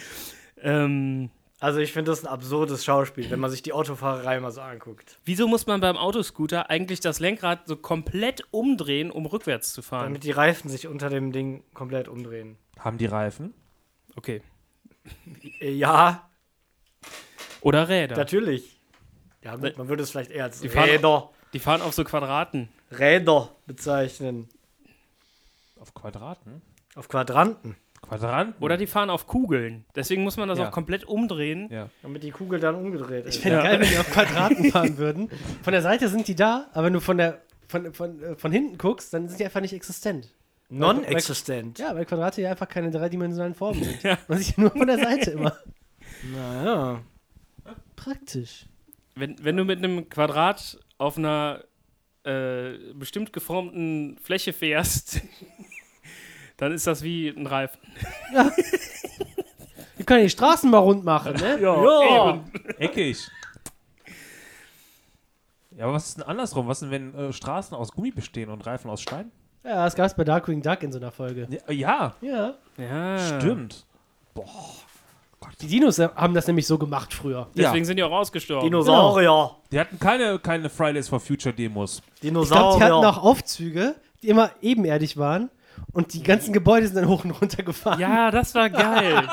ähm, Also ich finde das ein absurdes Schauspiel, wenn man sich die Autofahrerei mal so anguckt. wieso muss man beim Autoscooter eigentlich das Lenkrad so komplett umdrehen, um rückwärts zu fahren? Damit die Reifen sich unter dem Ding komplett umdrehen. Haben die Reifen? Okay. Äh, Ja, Oder Räder. natürlich. Ja Äh, gut, man würde es vielleicht eher als Die fahren- Räder, Die fahren auf so Quadraten. Räder bezeichnen. Auf Quadraten? Auf Quadranten. Quadranten? Oder die fahren auf Kugeln. Deswegen muss man das Ja. auch komplett umdrehen. Ja. Damit die Kugel dann umgedreht ist. Ich fände geil, wenn die auf Quadraten fahren würden. Von der Seite sind die da, aber wenn du von der von, von, äh, von hinten guckst, dann sind die einfach nicht existent. Non-existent. Ja, weil Quadrate ja einfach keine dreidimensionalen Formen sind. Man sieht nur von der Seite immer. Naja. Praktisch. Wenn, wenn du mit einem Quadrat auf einer äh, bestimmt geformten Fläche fährst, (laughs) dann ist das wie ein Reifen. Wir können die Straßen mal rund machen, ne? Ja. Eckig. Ja, aber was ist denn andersrum? Was denn, wenn äh, Straßen aus Gummi bestehen und Reifen aus Stein? Ja, das gab es bei Darkwing Duck in so einer Folge. Ja, ja Ja. ja. stimmt. Die Dinos haben das nämlich so gemacht früher. Deswegen sind die auch ausgestorben. Dinosaurier. Genau. Die hatten keine, keine Fridays for Future Demos. Ich glaube, Dinosaurier. die hatten auch Aufzüge, die immer ebenerdig waren. Und die ganzen Gebäude sind dann hoch und runter gefahren. Ja, das war (laughs) geil.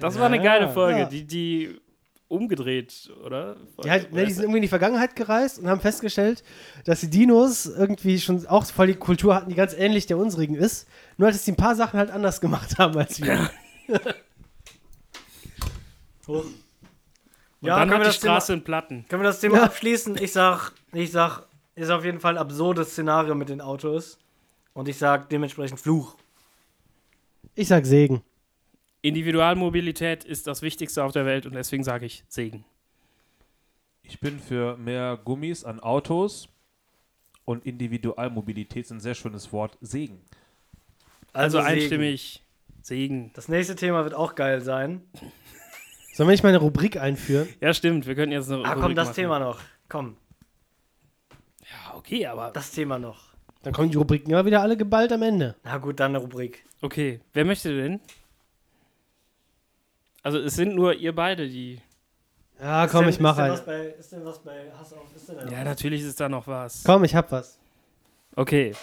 das war eine geile Folge. Ja. Die, die umgedreht, oder? Die, halt, ne, die sind irgendwie in die Vergangenheit gereist und haben festgestellt, dass die Dinos irgendwie schon auch voll die Kultur hatten, die ganz ähnlich der unsrigen ist. Nur halt, dass die ein paar Sachen halt anders gemacht haben als wir. und Ja, Oh. dann können hat wir die das Thema- Straße in Platten. Können wir das Thema Ja. abschließen? Ich sag, ich sag, ist auf jeden Fall ein absurdes Szenario mit den Autos. Und ich sag dementsprechend Fluch. Ich sag Segen. Individualmobilität ist das Wichtigste auf der Welt und deswegen sage ich Segen. Ich bin für mehr Gummis an Autos und Individualmobilität ist ein sehr schönes Wort. Segen. Also, Segen. einstimmig Segen. Das nächste Thema wird auch geil sein. Sollen wir nicht mal eine Rubrik einführen? Ja, stimmt. Wir könnten jetzt eine Ah, komm, Rubrik das machen. Thema noch. Komm, Ja, okay, aber. das Thema noch. Dann kommen die Rubriken immer wieder alle geballt am Ende. Na gut, dann eine Rubrik. Okay, wer möchte denn? Also, es sind nur ihr beide, die. Ja, komm, ich mach halt. halt. Ist denn was bei Hass auf? Ist denn da Ja, natürlich ist da noch was. Komm, ich hab was. Okay.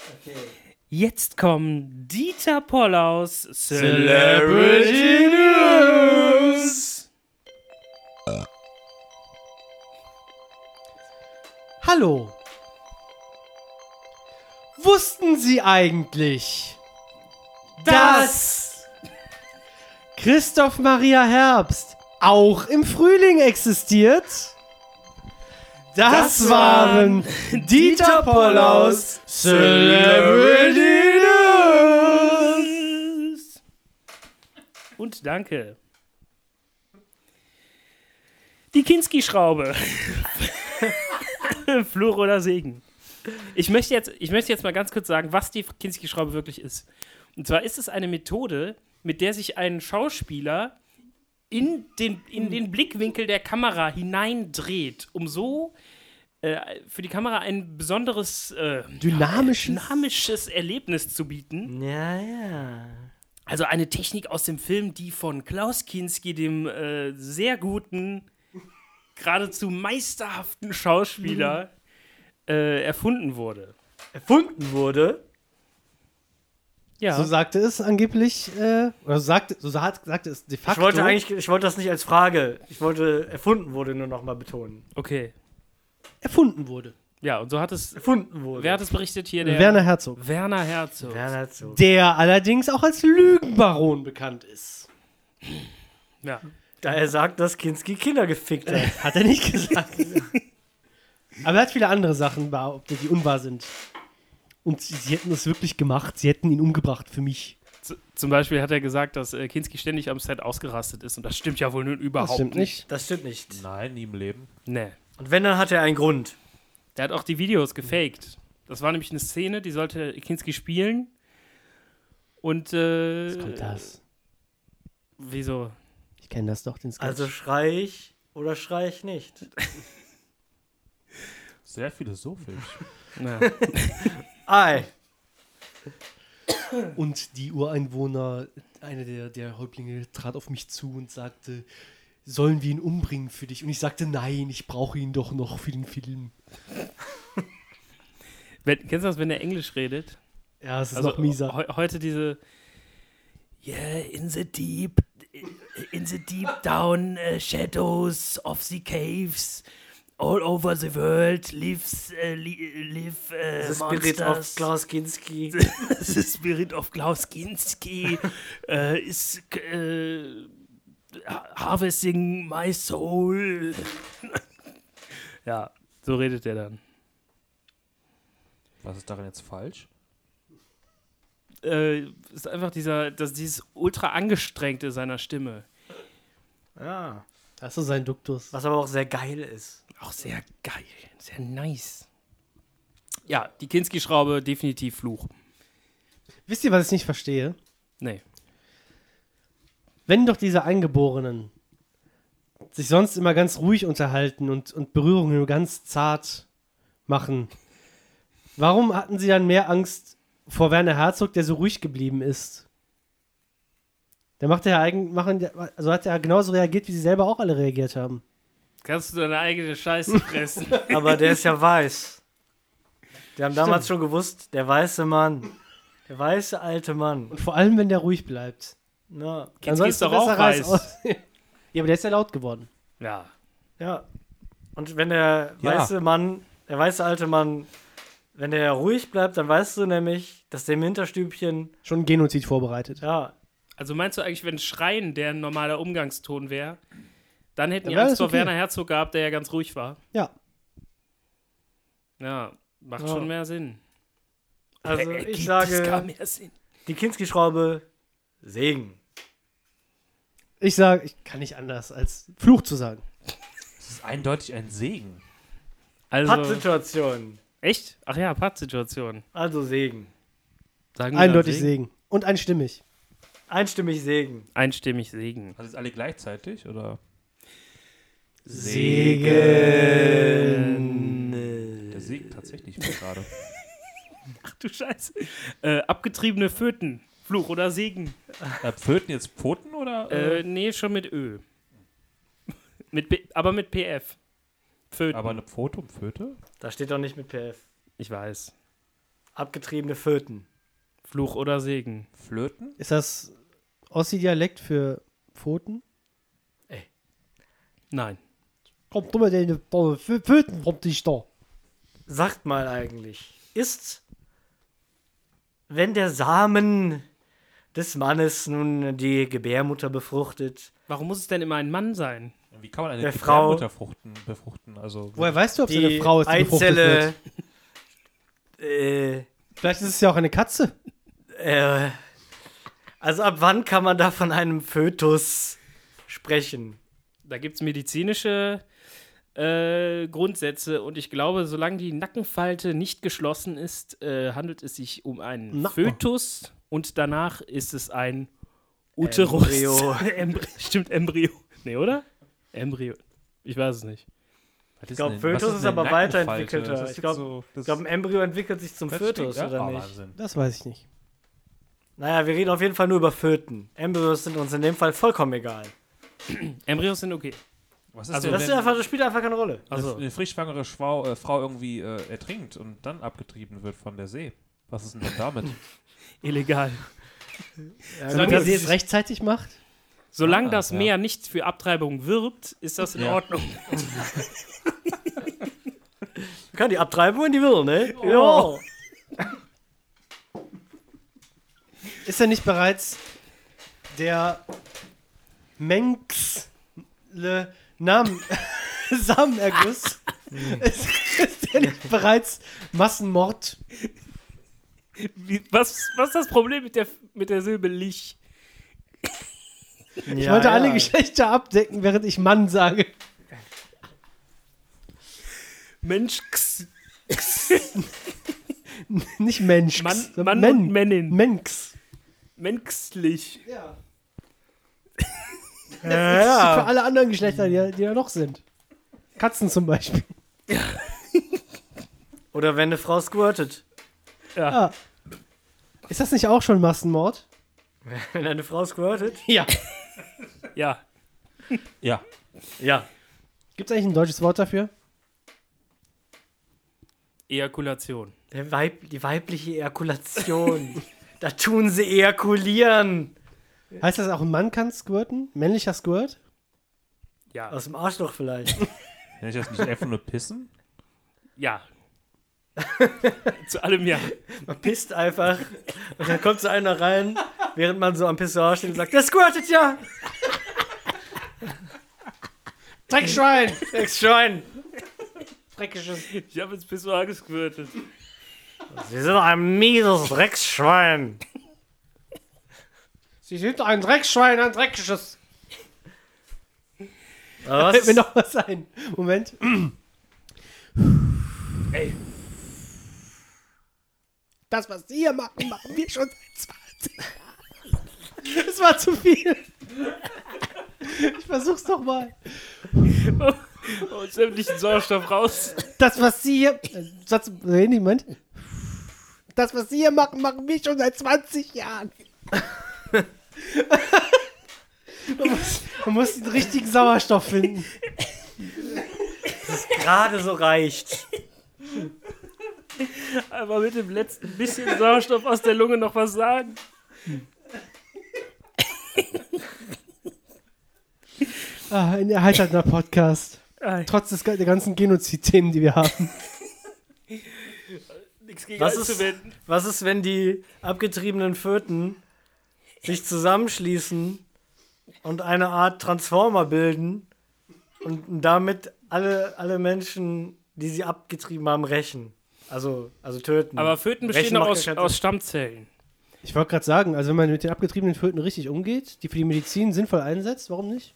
Jetzt kommen Dieter Pollaus Celebrity News. Hallo. Wussten Sie eigentlich, dass Christoph Maria Herbst auch im Frühling existiert? Das, waren Dieter Pollaus Celebrity News. Und danke. Die Kinski-Schraube. (laughs) Fluch oder Segen. Ich möchte, jetzt, ich möchte jetzt mal ganz kurz sagen, was die Kinski-Schraube wirklich ist. Und zwar ist es eine Methode, mit der sich ein Schauspieler in den, in den Blickwinkel der Kamera hineindreht, um so äh, für die Kamera ein besonderes äh, Dynamisches. dynamisches Erlebnis zu bieten. Ja, ja. Also eine Technik aus dem Film, die von Klaus Kinski, dem äh, sehr guten, geradezu meisterhaften Schauspieler, Mhm. äh, erfunden wurde. Erfunden wurde. Ja. So sagte es angeblich, äh, oder so sagte, so sagt, sagte es de facto. Ich wollte eigentlich, ich wollte das nicht als Frage. Ich wollte erfunden wurde nur nochmal betonen. okay. erfunden wurde. Ja, und so hat es. Erfunden wurde. Wer hat es berichtet hier? Der Werner Herzog. Werner Herzog. Werner Herzog. Der allerdings auch als Lügenbaron bekannt ist. Ja. Da er sagt, dass Kinski Kinder gefickt hat. Äh, Hat er nicht gesagt. Aber er hat viele andere Sachen behauptet, die unwahr sind. Und sie, sie hätten es wirklich gemacht. Sie hätten ihn umgebracht für mich. Z zum Beispiel hat er gesagt, dass äh, Kinski ständig am Set ausgerastet ist. Und das stimmt ja wohl nun überhaupt Das stimmt nicht. Das stimmt nicht. Nein, nie im Leben. Nee. Und wenn, dann hat er einen Grund. Der hat auch die Videos gefaked. Das war nämlich eine Szene, die sollte Kinski spielen. Und äh, Was kommt das? wieso? Ich kenne das doch, den Sketch. Also schrei ich oder schrei ich nicht. Sehr philosophisch. Ja. Ei. Und die Ureinwohner, einer der, der Häuptlinge, trat auf mich zu und sagte, sollen wir ihn umbringen für dich? Und ich sagte, nein, ich brauche ihn doch noch für den Film. Wenn, kennst du das, wenn der Englisch redet? Also Ja, es ist noch mieser. Heu, heute diese Yeah, in the deep, in the deep down uh, shadows of the caves, all over the world lives, uh, li, live uh, The Spirit of monsters. (laughs) Klaus (laughs) Kinski. the spirit of Klaus Kinski uh, is uh, ha- harvesting my soul. (laughs) ja, so redet er dann. Was ist daran jetzt falsch? äh, ist einfach dieser, dass dieses ultra angestrengte seiner Stimme. Ja. Das ist so sein Duktus. Was aber auch sehr geil ist. Auch sehr geil, sehr nice. Ja, die Kinski-Schraube definitiv Fluch. Wisst ihr, was ich nicht verstehe? Nee. Wenn doch diese Eingeborenen sich sonst immer ganz ruhig unterhalten und, und Berührungen nur ganz zart machen, warum hatten sie dann mehr Angst vor Werner Herzog, der so ruhig geblieben ist? Der macht ja eigen, machen, ja- also hat er genauso reagiert, wie sie selber auch alle reagiert haben. Kannst du deine eigene Scheiße fressen? Aber der ist ja weiß. Die haben damals schon gewusst, der weiße Mann. Der weiße alte Mann. Und vor allem, wenn der ruhig bleibt. Na, Kinski ist doch besser auch Reis weiß. aus- (laughs) ja, aber der ist ja laut geworden. Ja. ja. Und wenn der Ja. weiße Mann, der weiße alte Mann, wenn der ruhig bleibt, dann weißt du nämlich, dass dem Hinterstübchen, Schon Genozid vorbereitet. ja, Also meinst du eigentlich, wenn Schreien der ein normaler Umgangston wäre, dann hätten Dann die wär Angst das vor okay. Werner Herzog gehabt, der ja ganz ruhig war? Ja. Ja, macht Ja. schon mehr Sinn. also Ergibt ich Äh, es gar sage, mehr Sinn. die Kinski-Schraube, Segen. Ich sage, ich kann nicht anders als Fluch zu sagen. Das ist eindeutig ein Segen. Also, Pattsituation, echt? Ach ja, Pattsituation. also Segen. Sagen wir Eindeutig dann Segen. Und einstimmig. Einstimmig Segen. Einstimmig Segen. Also jetzt alle gleichzeitig oder der Segen tatsächlich (laughs) war gerade. Ach (laughs) du Scheiße. Äh, abgetriebene Föten. Fluch oder Segen? Äh, Pfoten jetzt Pfoten oder? Äh, nee, schon mit Ö. Mit B, aber mit PF. Föten. aber eine Pfote um Pfote? Da steht doch nicht mit PF. ich weiß. Abgetriebene Föten. Fluch oder Segen. Flöten? Ist das Ossi-Dialekt für Pfoten? Nein. Kommt immer deine Pfoten, kommt dich da. sagt mal eigentlich, ist, wenn der Samen des Mannes nun die Gebärmutter befruchtet, Warum muss es denn immer ein Mann sein? Wie kann man eine Der Frau- Gebärmutter fruchten, befruchten? Also Woher weißt du, ob es die eine Frau ist, die befruchtet Eizelle wird? äh, Vielleicht ist es ja auch eine Katze. äh, also ab wann kann man da von einem Fötus sprechen? Da gibt es medizinische äh, Grundsätze und ich glaube, solange die Nackenfalte nicht geschlossen ist, äh, handelt es sich um einen Nacken. Fötus und danach ist es ein Uterus. (laughs) (laughs) Embryo. Embry Stimmt, Embryo. Nee, oder? Embryo. Ich weiß es nicht. ich glaub, Fötus ist aber weiterentwickelter. Ich glaub- Ich glaube, ein Embryo entwickelt sich zum Fötus, oder nicht? Ah, Wahnsinn. Das weiß ich nicht. Naja, wir reden auf jeden Fall nur über Föten. Embryos sind uns in dem Fall vollkommen egal. Embryos sind okay. Was ist Also also, Das, denn, das ist wenn einfach, das spielt einfach keine Rolle. Also, eine frischschwangere Schwau, äh, Frau irgendwie äh, ertrinkt und dann abgetrieben wird von der See? Was ist denn dann damit? illegal. Solange das- sie es rechtzeitig macht. Solange Ah, das ja. Meer nicht für Abtreibung wirbt, ist das in Ja. Ordnung. Kann die Abtreibung, wenn die will, ne? Ja. Ja. Ist er nicht bereits der Menxle Namen (laughs) Samenerguss? ist, ist er nicht bereits Massenmord? Wie, was, was ist das Problem mit der, mit der Silbe Lich? Ich wollte alle Geschlechter abdecken, während ich Mann sage. Mensch, X, Nicht Mensch. Mann, (laughs) sondern Mann und Männin. Menx. Menschlich. (laughs) Ja. Ja, Für ja. alle anderen Geschlechter, die, die da noch sind. Katzen zum Beispiel. Oder wenn eine Frau squirtet. Ja. Ist das nicht auch schon Massenmord? Wenn eine Frau squirtet? Ja. Ja. (laughs) ja. Ja. Gibt es eigentlich ein deutsches Wort dafür? Ejakulation. Der Weib, die weibliche (laughs) Ejakulation. da tun sie ejakulieren. Heißt das auch ein Mann kann squirten? Männlicher Squirt? Ja. Aus dem Arschloch vielleicht. Nenn ich das nicht einfach nur Pissen? Ja. (laughs) Zu allem ja. Man pisst einfach. Und dann kommt so einer rein, während man so am Pissoir steht und sagt, der squirtet ja. Dreckschwein! Ex Schwein. Ich habe ins Pissoir gesquirtet. Sie sind ein mieses Drecksschwein. Sie sind ein Dreckschwein, ein dreckiges. Aber Fällt was mir ist, noch was ein. Moment. Ey. Das, was Sie hier machen, machen wir schon seit 20 Das war zu viel. Ich versuch's doch mal. Und sämtlichen Sauerstoff raus. Das, was Sie hier. äh, Satz, nee, niemand. Das, was Sie hier machen, machen wir schon seit 20 Jahren. man, muss, man muss den richtigen Sauerstoff finden. gerade so reicht? Aber mit dem letzten bisschen Sauerstoff aus der Lunge noch was sagen. Ah, ein erheiternder Podcast. Ah, Trotz des, der ganzen Genozid-Themen, die wir haben. (laughs) Nichts gegen Was ist- anzuwenden. Was ist, wenn die abgetriebenen Föten sich zusammenschließen und eine Art Transformer bilden und damit alle, alle Menschen, die sie abgetrieben haben, rächen? Also, also töten. Aber Föten bestehen Rechen noch macht aus, ja keinen Sinn. aus Stammzellen. Ich wollte gerade sagen, also wenn man mit den abgetriebenen Föten richtig umgeht, die für die Medizin sinnvoll einsetzt, warum nicht?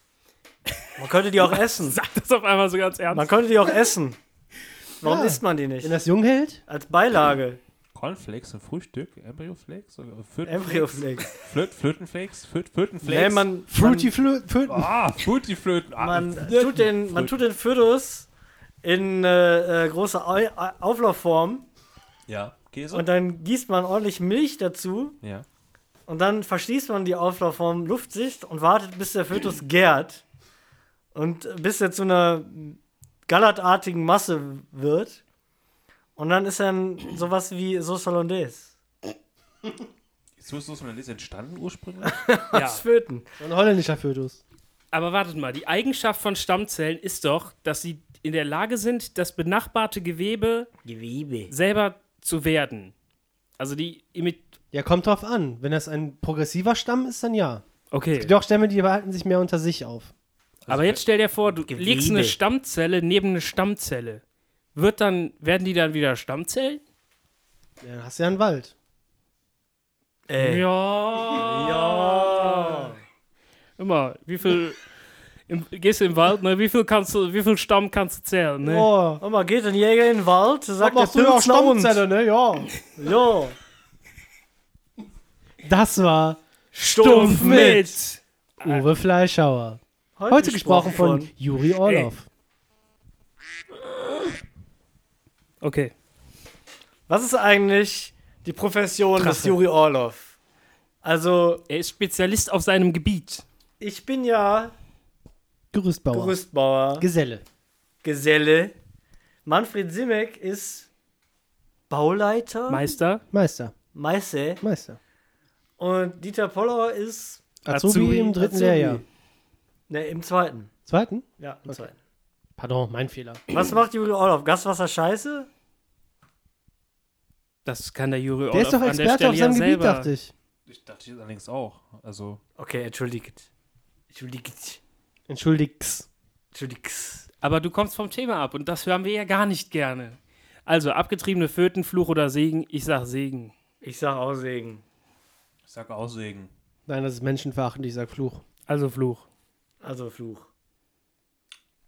man könnte die auch essen. Sag (laughs) das auf einmal so ganz Man ernst. könnte die auch essen. Warum Ja. isst man die nicht? Wenn das jung hält? Als Beilage. Cornflakes im Frühstück? Embryoflakes? Oder Flöten, Embryoflakes. Flöt, Flötenflakes? Flöt, Flötenflakes? Nee, man, Fruity Flö- Föten. Ah, Fruity Flöten. Ah, man, tut den, man tut den Fötus in äh, äh, große Au Au- Auflaufform Ja. Käse? und dann gießt man ordentlich Milch dazu ja. und dann verschließt man die Auflaufform luftdicht und wartet, bis der Fötus gärt und bis er zu einer gallertartigen Masse wird. Und dann ist dann sowas wie Sauce Hollandaise. So ist das Lese entstanden ursprünglich? Ja. Das Föten. Ein holländischer Fötus. Aber wartet mal, die Eigenschaft von Stammzellen ist doch, dass sie in der Lage sind, das benachbarte Gewebe Gewebe. selber zu werden. Also die imit. Ja, kommt drauf an. Wenn das ein progressiver Stamm ist, dann ja. Okay. Doch, Stämme, die behalten sich mehr unter sich auf. Aber jetzt stell dir vor, du Gewebe. legst eine Stammzelle neben eine Stammzelle. Wird dann, werden die dann wieder Stammzellen? Ja, dann hast du ja einen Wald. Ey. Ja. Immer, wie viel. Im, gehst du im Wald, ne? Wie viel kannst du, wie viel Stamm kannst du zählen, ne? Oh, Und man geht ein Jäger in den Wald, sagt der machst du ja auch Pilz nach uns. Stammzelle, ne? Ja. Jo. Das war Stumpf mit! Uwe Fleischhauer. Heute gesprochen von Juri Orloff. Okay. Was ist eigentlich die Profession des Juri Orlov? Also, Er ist Spezialist auf seinem Gebiet. ich bin ja Gerüstbauer. Gerüstbauer, Geselle. Geselle. Manfred Simek ist Bauleiter, Meister. Meister. Meister. Meister. Und Dieter Pollauer ist Azubi, Azubi. im dritten Azubi. Lehrjahr. ne, im zweiten. Zweiten? Ja, im zweiten. Pardon, mein Fehler. Was macht Juri Orlov? Gaswasser scheiße? Das kann der Juri Der ist doch Experte auf seinem Gebiet, dachte ich. Ich dachte jetzt allerdings auch. Also, Okay, entschuldigt. Entschuldigt. Entschuldig's. Entschuldigt. Aber du kommst vom Thema ab und das hören wir ja gar nicht gerne. Also, abgetriebene Föten, Fluch oder Segen, ich sag Segen. Ich sag auch Segen. ich sage auch Segen. Nein, das ist menschenverachtend, ich sag Fluch. Also Fluch. Also Fluch.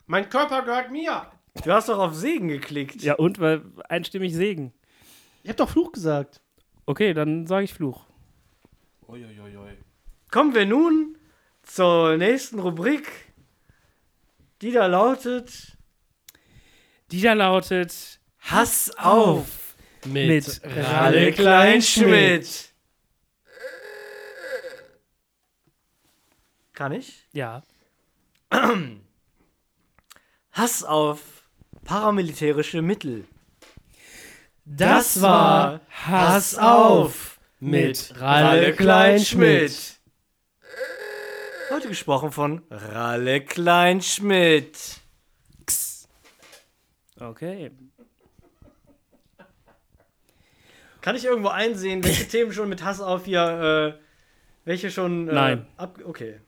Mein Körper gehört mir. Du hast doch auf Segen geklickt. Ja, und weil einstimmig Segen. Ich hab doch Fluch gesagt. Okay, dann sage ich Fluch. Uiuiui. Kommen wir nun zur nächsten Rubrik, die da lautet Die da lautet Hass auf mit alle Kleinschmidt. Kann ich? Ja. Hass auf paramilitärische Mittel. Das war Hass auf mit Ralle Ralle Kleinschmidt. Heute gesprochen von Ralle Kleinschmidt. Okay. Kann ich irgendwo einsehen, welche Themen schon mit Hass auf hier, äh, welche schon. Äh, Nein. Ab okay.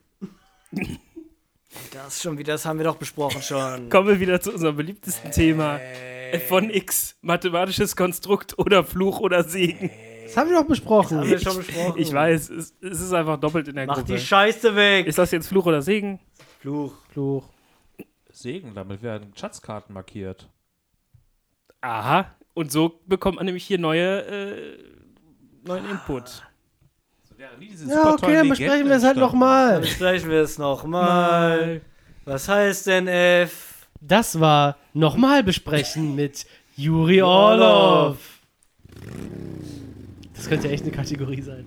Das schon wieder, das haben wir doch besprochen schon. Kommen wir wieder zu unserem Äh. beliebtesten Thema. F von X. Mathematisches Konstrukt oder Fluch oder Segen. Das haben wir doch besprochen. Haben wir schon besprochen. Oh. Ich weiß, es, es ist einfach doppelt in der Mach die Gruppe. Scheiße weg. Ist das jetzt Fluch oder Segen? Fluch. Fluch. Segen, damit werden Schatzkarten markiert. Aha. Und so bekommt man nämlich hier neue, äh, neuen Input. Ja, okay, dann besprechen wir es halt Dann nochmal. besprechen wir es nochmal. Was heißt denn F? Das war nochmal besprechen mit Juri Orlov. Das könnte echt eine Kategorie sein.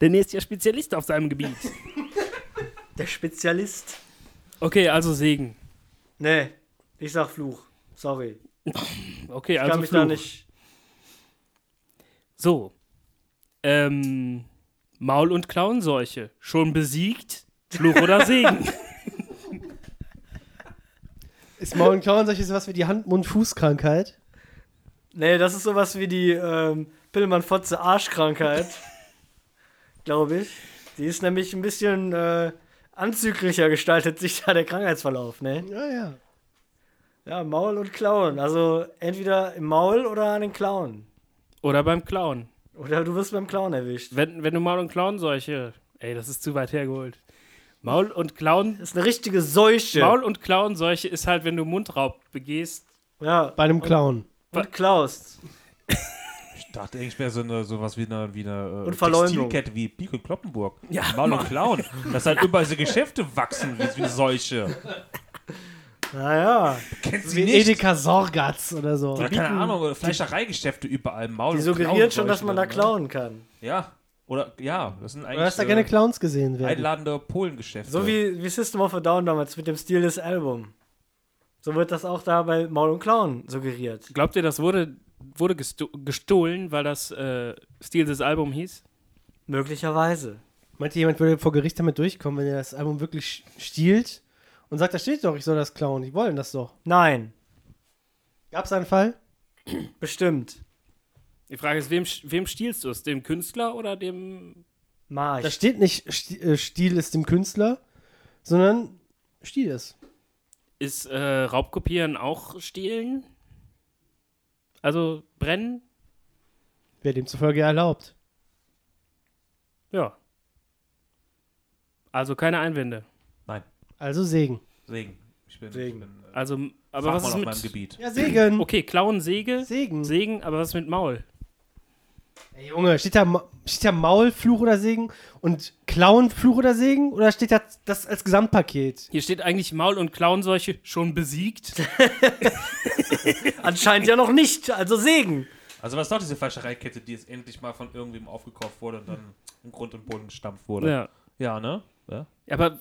Der nächste ist ja Spezialist auf seinem Gebiet. Der Spezialist? Okay, also Segen. Nee, ich sag Fluch. Sorry. Okay, Ich also kann mich Fluch. da nicht. So. Ähm, Maul- und Klauenseuche. Schon besiegt? Fluch (laughs) oder Segen? Ist Maul und Clown solches was wie die Hand-Mund-Fuß-Krankheit? Nee, das ist sowas wie die ähm, (laughs) Pillemann-Fotze-Arschkrankheit. Glaube ich. Die ist nämlich ein bisschen äh, anzüglicher gestaltet, sich da der Krankheitsverlauf, ne? Ja, ja. Ja, Maul und Klauen. Also entweder im Maul oder an den Klauen. oder beim Clown. Oder du wirst beim Klauen erwischt. Wenn, wenn du Maul- und Klauenseuche. Ey, das ist zu weit hergeholt. Maul- und Klauen. Das ist eine richtige Seuche. Maul- und Klauenseuche ist halt, wenn du Mundraub begehst. ja, Bei einem Clown. und klaust. Ich dachte eigentlich wäre so eine sowas wie eine wie eine äh, Und Verleumdung. Textilkette wie Pik und Kloppenburg. Ja, Maul und Clown. Dass halt überall so Geschäfte wachsen wie, wie solche. Naja, Kennst du Wie nicht? Edeka Sorgatz oder so. Oder keine Ahnung, oder Fleischereigeschäfte überall Maul die und suggeriert schon, dass man da Klauenseuchen dann, klauen kann. ne? Ja. Oder ja, das sind eigentlich Du hast da äh, gerne Clowns gesehen werden. einladende Polengeschäfte. So wie, wie System of a Down damals mit dem Stil des Album. So wird das auch da bei Maul und Klauen suggeriert. Glaubt ihr, das wurde, wurde gesto gestohlen, weil das äh, Stil des Albums hieß? Möglicherweise. Meinte jemand würde vor Gericht damit durchkommen, wenn er das Album wirklich stiehlt und sagt, da steht doch, ich soll das klauen, die wollen das doch. Nein, Gab's einen Fall? bestimmt. Die Frage ist, wem, sch- wem stiehlst du es? Dem Künstler oder dem. Marsch. Da steht nicht, Sti- äh, Stil ist dem Künstler, sondern Stil ist. Ist äh, Raubkopieren auch stehlen? Also brennen? Wer demzufolge erlaubt. Ja. Also keine Einwände. Nein, Also Segen. Segen. Ich bin, Segen. Ich bin, äh, Also, m- aber Fachmann auf was meinem ist mit. Gebiet. Ja, Segen. Okay, Klauen, Säge, Segen. Segen, aber was mit Maul? Ey, Junge, steht da, Ma- steht da Maul, Fluch oder Segen und Klauen, Fluch oder Segen? Oder steht da das als Gesamtpaket? Hier steht eigentlich Maul- und Klauenseuche schon besiegt. Anscheinend ja noch nicht, also Segen. Also was ist doch diese Fleischereikette, die jetzt endlich mal von irgendwem aufgekauft wurde und dann im Grund und Boden gestampft wurde. ja. ja ne? Ja? Aber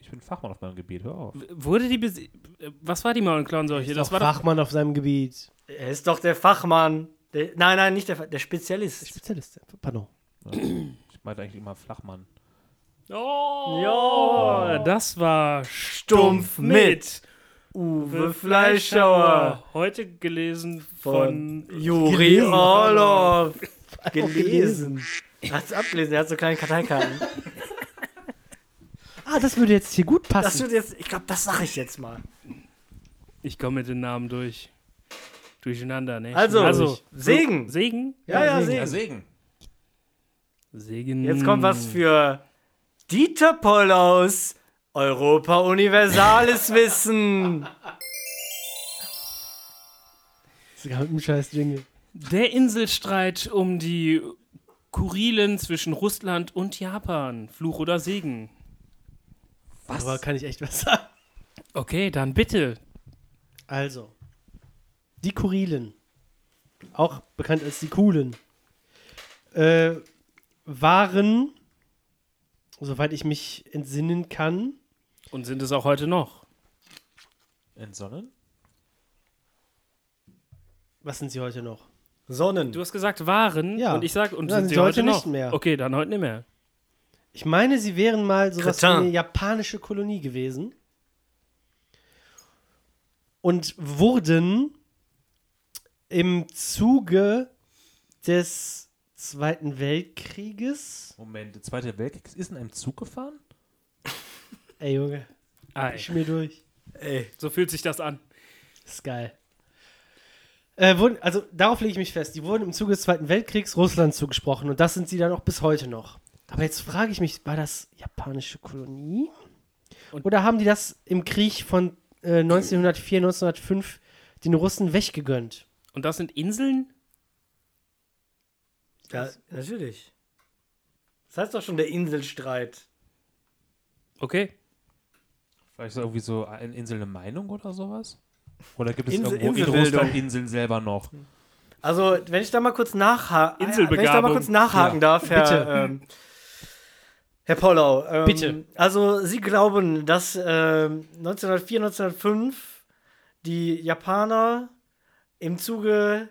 Ich bin Fachmann auf meinem Gebiet, hör auf. w- wurde die. besi- Was war die Maul- und Klauenseuche? Das Das ist war doch doch Fachmann auf seinem Gebiet. Er ist doch der Fachmann. Der, nein, nein, nicht der Fachmann, der Spezialist. Spezialist, pardon. (laughs) Ich meinte eigentlich immer Flachmann. Oh, Ja. das war Stumpf mit Uwe Fleischhauer. Heute gelesen Von von, Juri Gelesen. Orlov. Gelesen. (laughs) Gelesen. Hat's ablesen, er hat so kleine Karteikarten. Ah, das würde jetzt hier gut Das passen. wird jetzt, ich glaube, das sage ich jetzt mal. Ich komme mit den Namen durch. Durcheinander, ne? Also, also Segen. Segen. Ja, ja, Segen. Ja, Segen. Segen. Jetzt kommt was für Dieter Poll aus Europa (laughs) Universales Wissen. Sogar mit dem scheiß Jingle. Der Inselstreit um die Kurilen zwischen Russland und Japan. Fluch oder Segen? Was? Aber kann ich echt was sagen? Okay, dann bitte. Also, die Kurilen, auch bekannt als die Kulen, äh, waren, soweit ich mich entsinnen kann, Und sind es auch heute noch? Entsonnen? was sind sie heute noch? Sonnen. Du hast gesagt waren Ja. und ich sag und Dann sind sie sind heute, heute noch? nicht mehr. Okay, dann heute nicht mehr. Ich meine, sie wären mal sowas wie Cretin. eine japanische Kolonie gewesen und wurden im Zuge des Zweiten Weltkrieges. Moment, der Zweite Weltkrieg ist in einem Zug gefahren? Ey Junge, Ei. ich mir durch. Ah, Ey, So fühlt sich das an. Ist geil. Äh, wurden, also darauf lege ich mich fest. Die wurden im Zuge des Zweiten Weltkriegs Russland zugesprochen und das sind sie dann auch bis heute noch. Aber jetzt frage ich mich, war das japanische Kolonie? Und- Oder haben die das im Krieg von äh, 1904, 1905 den Russen weggegönnt? Und das sind Inseln? Ja, natürlich. Das heißt doch schon der Inselstreit. Okay. Vielleicht so irgendwie so eine Insel eine Meinung oder sowas? Oder gibt es Insel- irgendwo in Inselbildung. Russland Inseln selber noch? Also, wenn ich da mal kurz nachhaken, wenn ich da mal Inselbegabung. kurz nachhaken darf, Herr, Bitte. ähm, Herr Pollau. Ähm, Bitte. Also, Sie glauben, dass ähm, 1904, 1905 die Japaner im Zuge,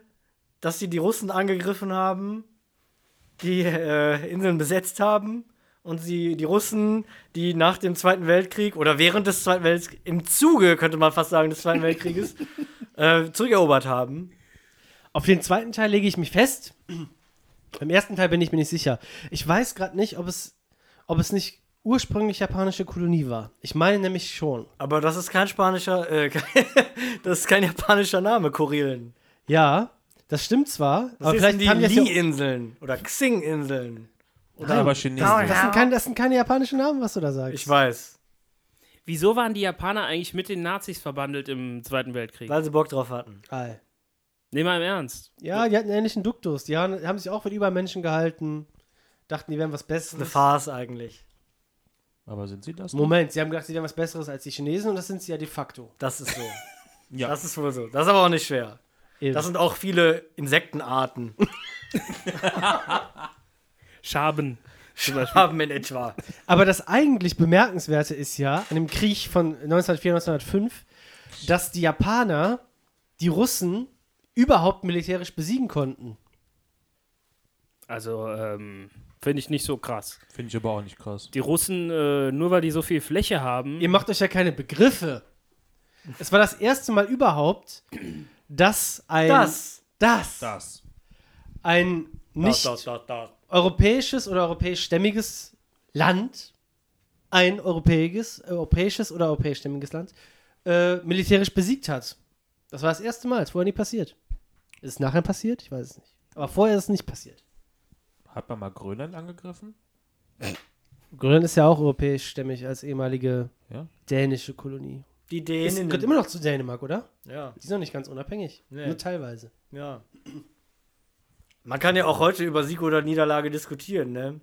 dass sie die Russen angegriffen haben, die äh, Inseln besetzt haben und sie die Russen, die nach dem Zweiten Weltkrieg oder während des Zweiten Weltkriegs, im Zuge, könnte man fast sagen, des Zweiten Weltkrieges, (laughs) äh, zurückerobert haben. Auf den zweiten Teil lege ich mich fest. (clears throat) Beim ersten Teil bin ich mir nicht sicher. Ich weiß gerade nicht, ob es, ob es nicht ursprünglich japanische Kolonie war. Ich meine nämlich schon. Aber das ist kein spanischer, äh, (laughs) das ist kein japanischer Name, Kurilen. Ja, das stimmt zwar, aber Das sind vielleicht die haben die das ja Li-Inseln oder Xing-Inseln. Oder aber Chinesen? Das sind, keine, das sind keine japanischen Namen, was du da sagst. Ich weiß, Wieso waren die Japaner eigentlich mit den Nazis verbandelt im Zweiten Weltkrieg? weil sie Bock drauf hatten. Al. Nehmen wir im Ernst. Ja, die hatten einen ähnlichen Duktus. Die haben, haben sich auch für die Übermenschen gehalten. Dachten, die wären was Eine Besseres. Farce eigentlich. Aber sind sie das? Moment, sie haben gedacht, sie wären was Besseres als die Chinesen und das sind sie ja de facto. Das ist (laughs) so. Ja. Das ist wohl so. Das ist aber auch nicht schwer. Eben. Das sind auch viele (laughs) Insektenarten. Schaben. (laughs) Haben in etwa. Aber das eigentlich Bemerkenswerte ist ja an dem Krieg von 1904, 1905, dass die Japaner die Russen überhaupt militärisch besiegen konnten. Also, ähm, finde ich nicht so krass. Finde ich aber auch nicht krass. Die Russen, äh, nur weil die so viel Fläche haben, Ihr macht euch ja keine Begriffe. Es war das erste Mal überhaupt, dass ein. Das. Das. Das. ein nicht Das, das, das. europäisches oder europäischstämmiges Land, ein europäisches, europäisches oder europäischstämmiges Land, äh, militärisch besiegt hat. Das war das erste Mal, es vorher nie passiert. Ist es nachher passiert? Ich weiß es nicht. Aber vorher ist es nicht passiert. Hat man mal Grönland angegriffen? Grönland ist ja auch europäischstämmig als ehemalige Ja. dänische Kolonie. Die Es Dänen. gehört immer noch zu Dänemark, oder? ja, Die sind noch nicht ganz unabhängig. Nee. Nur teilweise. ja. Man kann ja auch heute über Sieg oder Niederlage diskutieren, ne?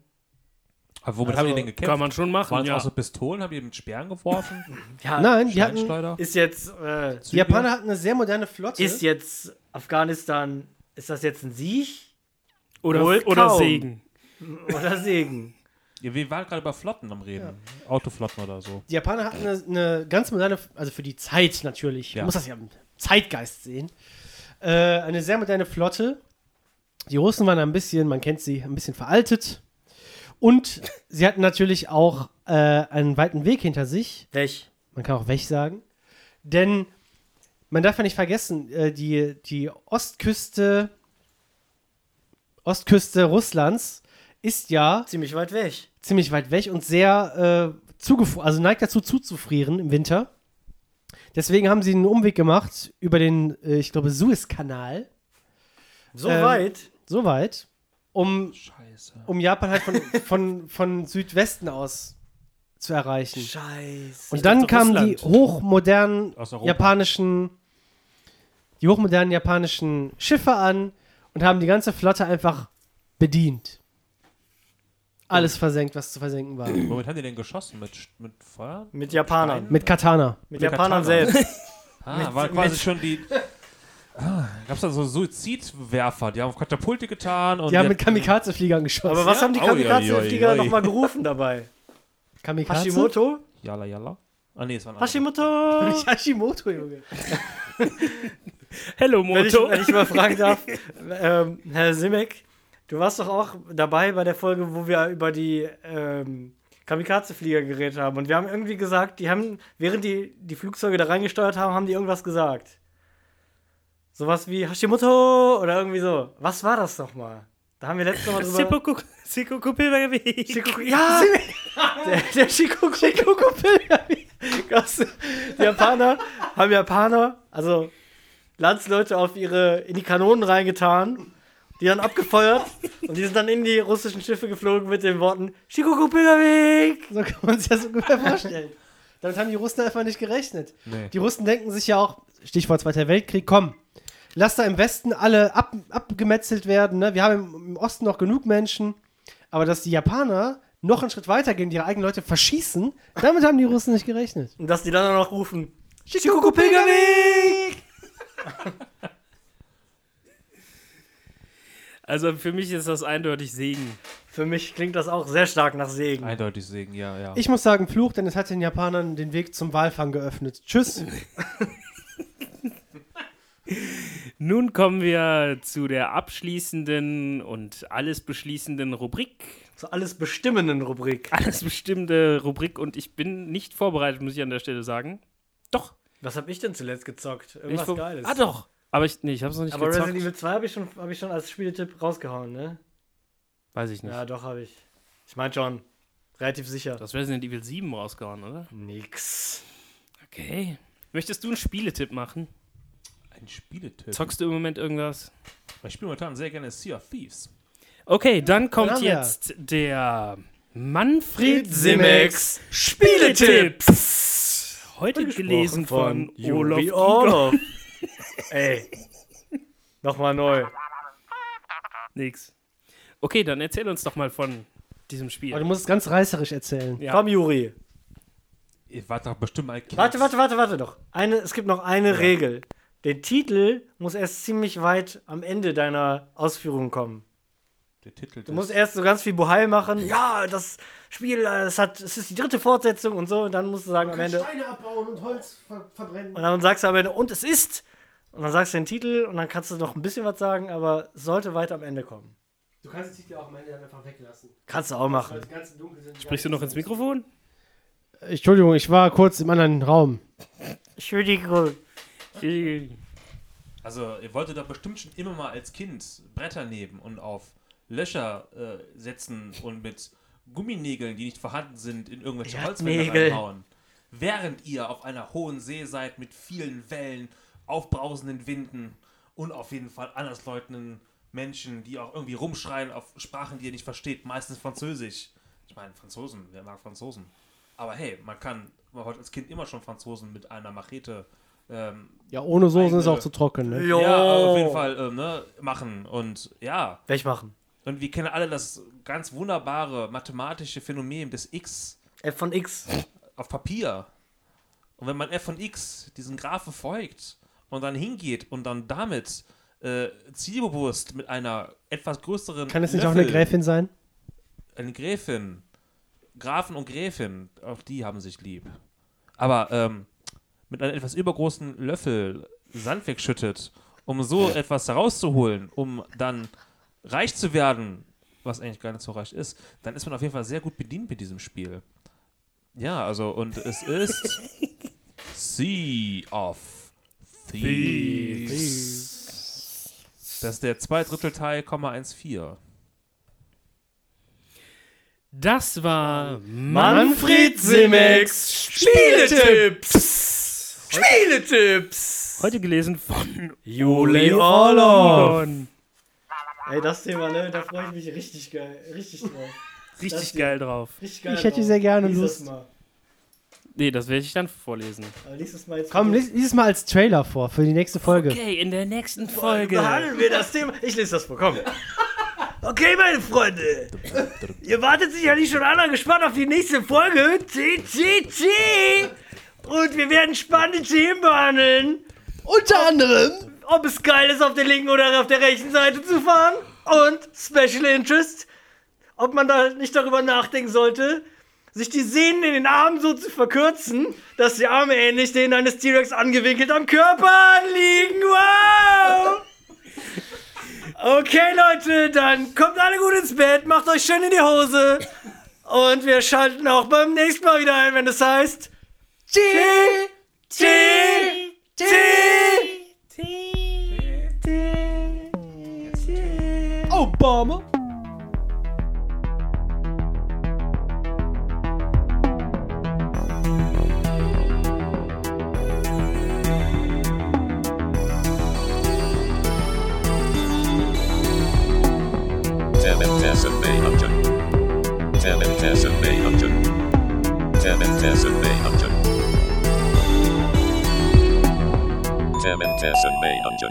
Aber womit Also, haben die denn gekämpft? kann man schon machen. Waren es Ja. auch so Pistolen? Haben die mit Sperren geworfen? Ja, Nein, die hatten. Steinschleuder? ist jetzt. Äh, Die Japaner hatten eine sehr moderne Flotte. ist jetzt Afghanistan, ist das jetzt ein Sieg Oder, Wohl oder kaum. Segen. oder Segen? Ja, wir waren gerade über Flotten am Reden. Autoflotten oder so. Die Japaner hatten eine, eine ganz moderne, also für die Zeit natürlich, Ja. man muss das ja im Zeitgeist sehen, äh, eine sehr moderne Flotte. Die Russen waren ein bisschen, man kennt sie, ein bisschen veraltet. Und sie hatten natürlich auch äh, einen weiten Weg hinter sich. Pech. Man kann auch Wech sagen. Denn man darf ja nicht vergessen, äh, die, die Ostküste, Ostküste Russlands ist ja Ziemlich weit weg. ziemlich weit weg und sehr äh, zugefroren, also neigt dazu zuzufrieren im Winter. Deswegen haben sie einen Umweg gemacht über den, äh, ich glaube, Suezkanal, So Ähm, weit. so weit, um, Scheiße. um Japan halt von, von, von Südwesten aus zu erreichen. Scheiße. Und dann dachte, kamen Russland. die hochmodernen Aus Europa. japanischen, die hochmodernen japanischen Schiffe an und haben die ganze Flotte einfach bedient. Alles versenkt, was zu versenken war. Womit haben die denn geschossen? Mit, Sch- mit Feuer? mit Japanern. Mit Katana. Mit mit Japanern Katana. selbst. Ah, war quasi schon die. (laughs) Ah, Gab es da so Suizidwerfer? Die haben Katapulte getan und. Die haben mit jetzt- Kamikaze-Fliegern geschossen. Aber was haben die Ui, ui, ui, Kamikaze-Flieger ui. nochmal gerufen dabei? Kamikaze? Hashimoto? Jalla, jalla. Ah, nee, es waren andere. Hashimoto! Nicht (laughs) Hashimoto, Junge. Hello, Wenn ich, Moto. (laughs) wenn ich mal fragen darf, ähm, Herr Simek, du warst doch auch dabei bei der Folge, wo wir über die ähm, Kamikaze-Flieger geredet haben. Und wir haben irgendwie gesagt, die haben, während die die Flugzeuge da reingesteuert haben, haben die irgendwas gesagt. Sowas wie Hashimoto oder irgendwie so. Was war das nochmal? Da haben wir letztes Mal drüber. Seppuku- Seppuku Pilgerweg. Shikoku ja! (laughs) der der Shikoku, Shikoku Pilgrim. Krass. Die Japaner haben Japaner, also Landsleute auf ihre, in die Kanonen reingetan, die dann abgefeuert und die sind dann in die russischen Schiffe geflogen mit den Worten Shikoku Pilgerweg! So kann man sich das (laughs) ungefähr vorstellen. Damit haben die Russen einfach nicht gerechnet. Nee. Die Russen denken sich ja auch, Stichwort Zweiter Weltkrieg, komm, lass da im Westen alle ab, abgemetzelt werden. Ne? Wir haben im, im Osten noch genug Menschen. Aber dass die Japaner noch einen Schritt weiter gehen, die ihre eigenen Leute verschießen, damit haben die Russen nicht gerechnet. Und dass die dann auch noch rufen Shikoku Pilgerweg! Also für mich ist das eindeutig Segen. Für mich klingt das auch sehr stark nach Segen. Eindeutig Segen, ja, ja. Ich muss sagen, Fluch, denn es hat den Japanern den Weg zum Walfang geöffnet. Tschüss. Nun kommen wir zu der abschließenden und alles beschließenden Rubrik. Zur alles bestimmenden Rubrik. Alles bestimmte Rubrik und ich bin nicht vorbereitet, muss ich an der Stelle sagen. Doch. Was hab ich denn zuletzt gezockt? bin ich Irgendwas vor- Geiles. Ah doch. Aber ich, nee, ich hab's noch nicht Aber gezockt. Resident Evil 2 habe ich, schon- hab ich schon als Spieletipp rausgehauen, ne? Weiß ich nicht. Ja, doch, habe ich. Ich meine schon. Relativ sicher. Das Resident Evil 7 rausgehauen, oder? Nix. Okay. Möchtest du einen Spieletipp machen? Ein Spieletipp. Zockst du im Moment irgendwas? Ich spiele momentan sehr gerne Sea of Thieves. Okay, dann kommt haben wir. jetzt der Manfred Simex Simex Spieletipps. Heute gelesen von, Olaf Juri Giger. Orloff. (laughs) Ey. Nochmal neu. Nix. Okay, dann erzähl uns doch mal von diesem Aber du Spiel. musst es ganz reißerisch erzählen. Ja. Komm, Juri. Ihr wart doch bestimmt mal Kids. Warte, warte, warte, warte doch. Eine, es gibt noch eine Regel. Der Titel muss erst ziemlich weit am Ende deiner Ausführungen kommen. Der Titel Du musst erst so ganz viel Buhai machen. Ja, das Spiel, äh, es, hat, es ist die dritte Fortsetzung und so. Und dann musst du sagen am Ende. Steine abbauen und Holz verbrennen. Und dann sagst du am Ende, und es ist. Und dann sagst du den Titel und dann kannst du noch ein bisschen was sagen, aber es sollte weit am Ende kommen. Du kannst den Titel auch am Ende dann einfach weglassen. Kannst du auch machen. Sprichst du noch ins Mikrofon? Entschuldigung, ich war kurz im anderen Raum. Entschuldigung. Also, ihr wolltet doch bestimmt schon immer mal als Kind Bretter nehmen und auf Löcher äh, setzen und mit Gumminägeln, die nicht vorhanden sind, in irgendwelche Holzwände Erdnägel. reinhauen. Während ihr auf einer hohen See seid mit vielen Wellen, aufbrausenden Winden und auf jeden Fall andersleutenden Menschen, die auch irgendwie rumschreien auf Sprachen, die ihr nicht versteht, meistens Französisch. Ich meine, Franzosen, wer mag Franzosen? Aber hey, man kann man heute als Kind immer schon Franzosen mit einer Machete ähm, Ja, ohne Soßen ist Eine- auch zu trocken, ne? Jo. ja, auf jeden Fall ähm, ne, machen. Und ja, Werd ich machen. und wir kennen alle das ganz wunderbare mathematische Phänomen des X F von X. auf Papier. Und wenn man f von x diesen Graphen folgt und dann hingeht und dann damit äh, zielbewusst mit einer etwas größeren Kann es nicht auch Löffel- eine Gräfin sein? eine Gräfin. Grafen und Gräfin, auch die haben sich lieb. Aber ähm, mit einem etwas übergroßen Löffel Sand wegschüttet, um so etwas herauszuholen, um dann reich zu werden, was eigentlich gar nicht so reich ist, dann ist man auf jeden Fall sehr gut bedient mit diesem Spiel. Ja, also, und es ist Sea of Thieves. Das ist der Zweidrittelteil, Komma 1,4. Das war Manfred Simex. Spieletipps. Spieletipps. heute gelesen von Juli Orloff. Orlon. Ey, das Thema, ne? Da freue ich mich richtig geil. Richtig drauf. Das Richtig hier. geil drauf. Richtig geil. Ich hätte drauf. sehr gerne Lies Lust. Das mal. Nee, das werde ich dann vorlesen. Aber lies das mal jetzt Komm, vor. lies, lies es mal als Trailer vor, für die nächste Folge. Okay, in der nächsten Folge. Behandeln wir das Thema. Ich lese das vor, komm. (laughs) Okay, meine Freunde. Ihr wartet sicherlich schon alle gespannt auf die nächste Folge. CCC. Und wir werden spannende Themen behandeln. Unter anderem. Ob es geil ist, auf der linken oder auf der rechten Seite zu fahren. Und Special Interest. Ob man da nicht darüber nachdenken sollte, sich die Sehnen in den Armen so zu verkürzen, dass die Arme ähnlich denen eines T-Rex angewinkelt am Körper anliegen. Wow! Okay, Leute, dann kommt alle gut ins Bett, macht euch schön in die Hose. Und wir schalten auch beim nächsten Mal wieder ein, wenn es heißt. T, T, T, Obama. Dessen Beyhancı. Temin Dessen Beyhancı. Temin Dessen Beyhancı.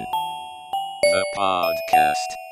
The podcast.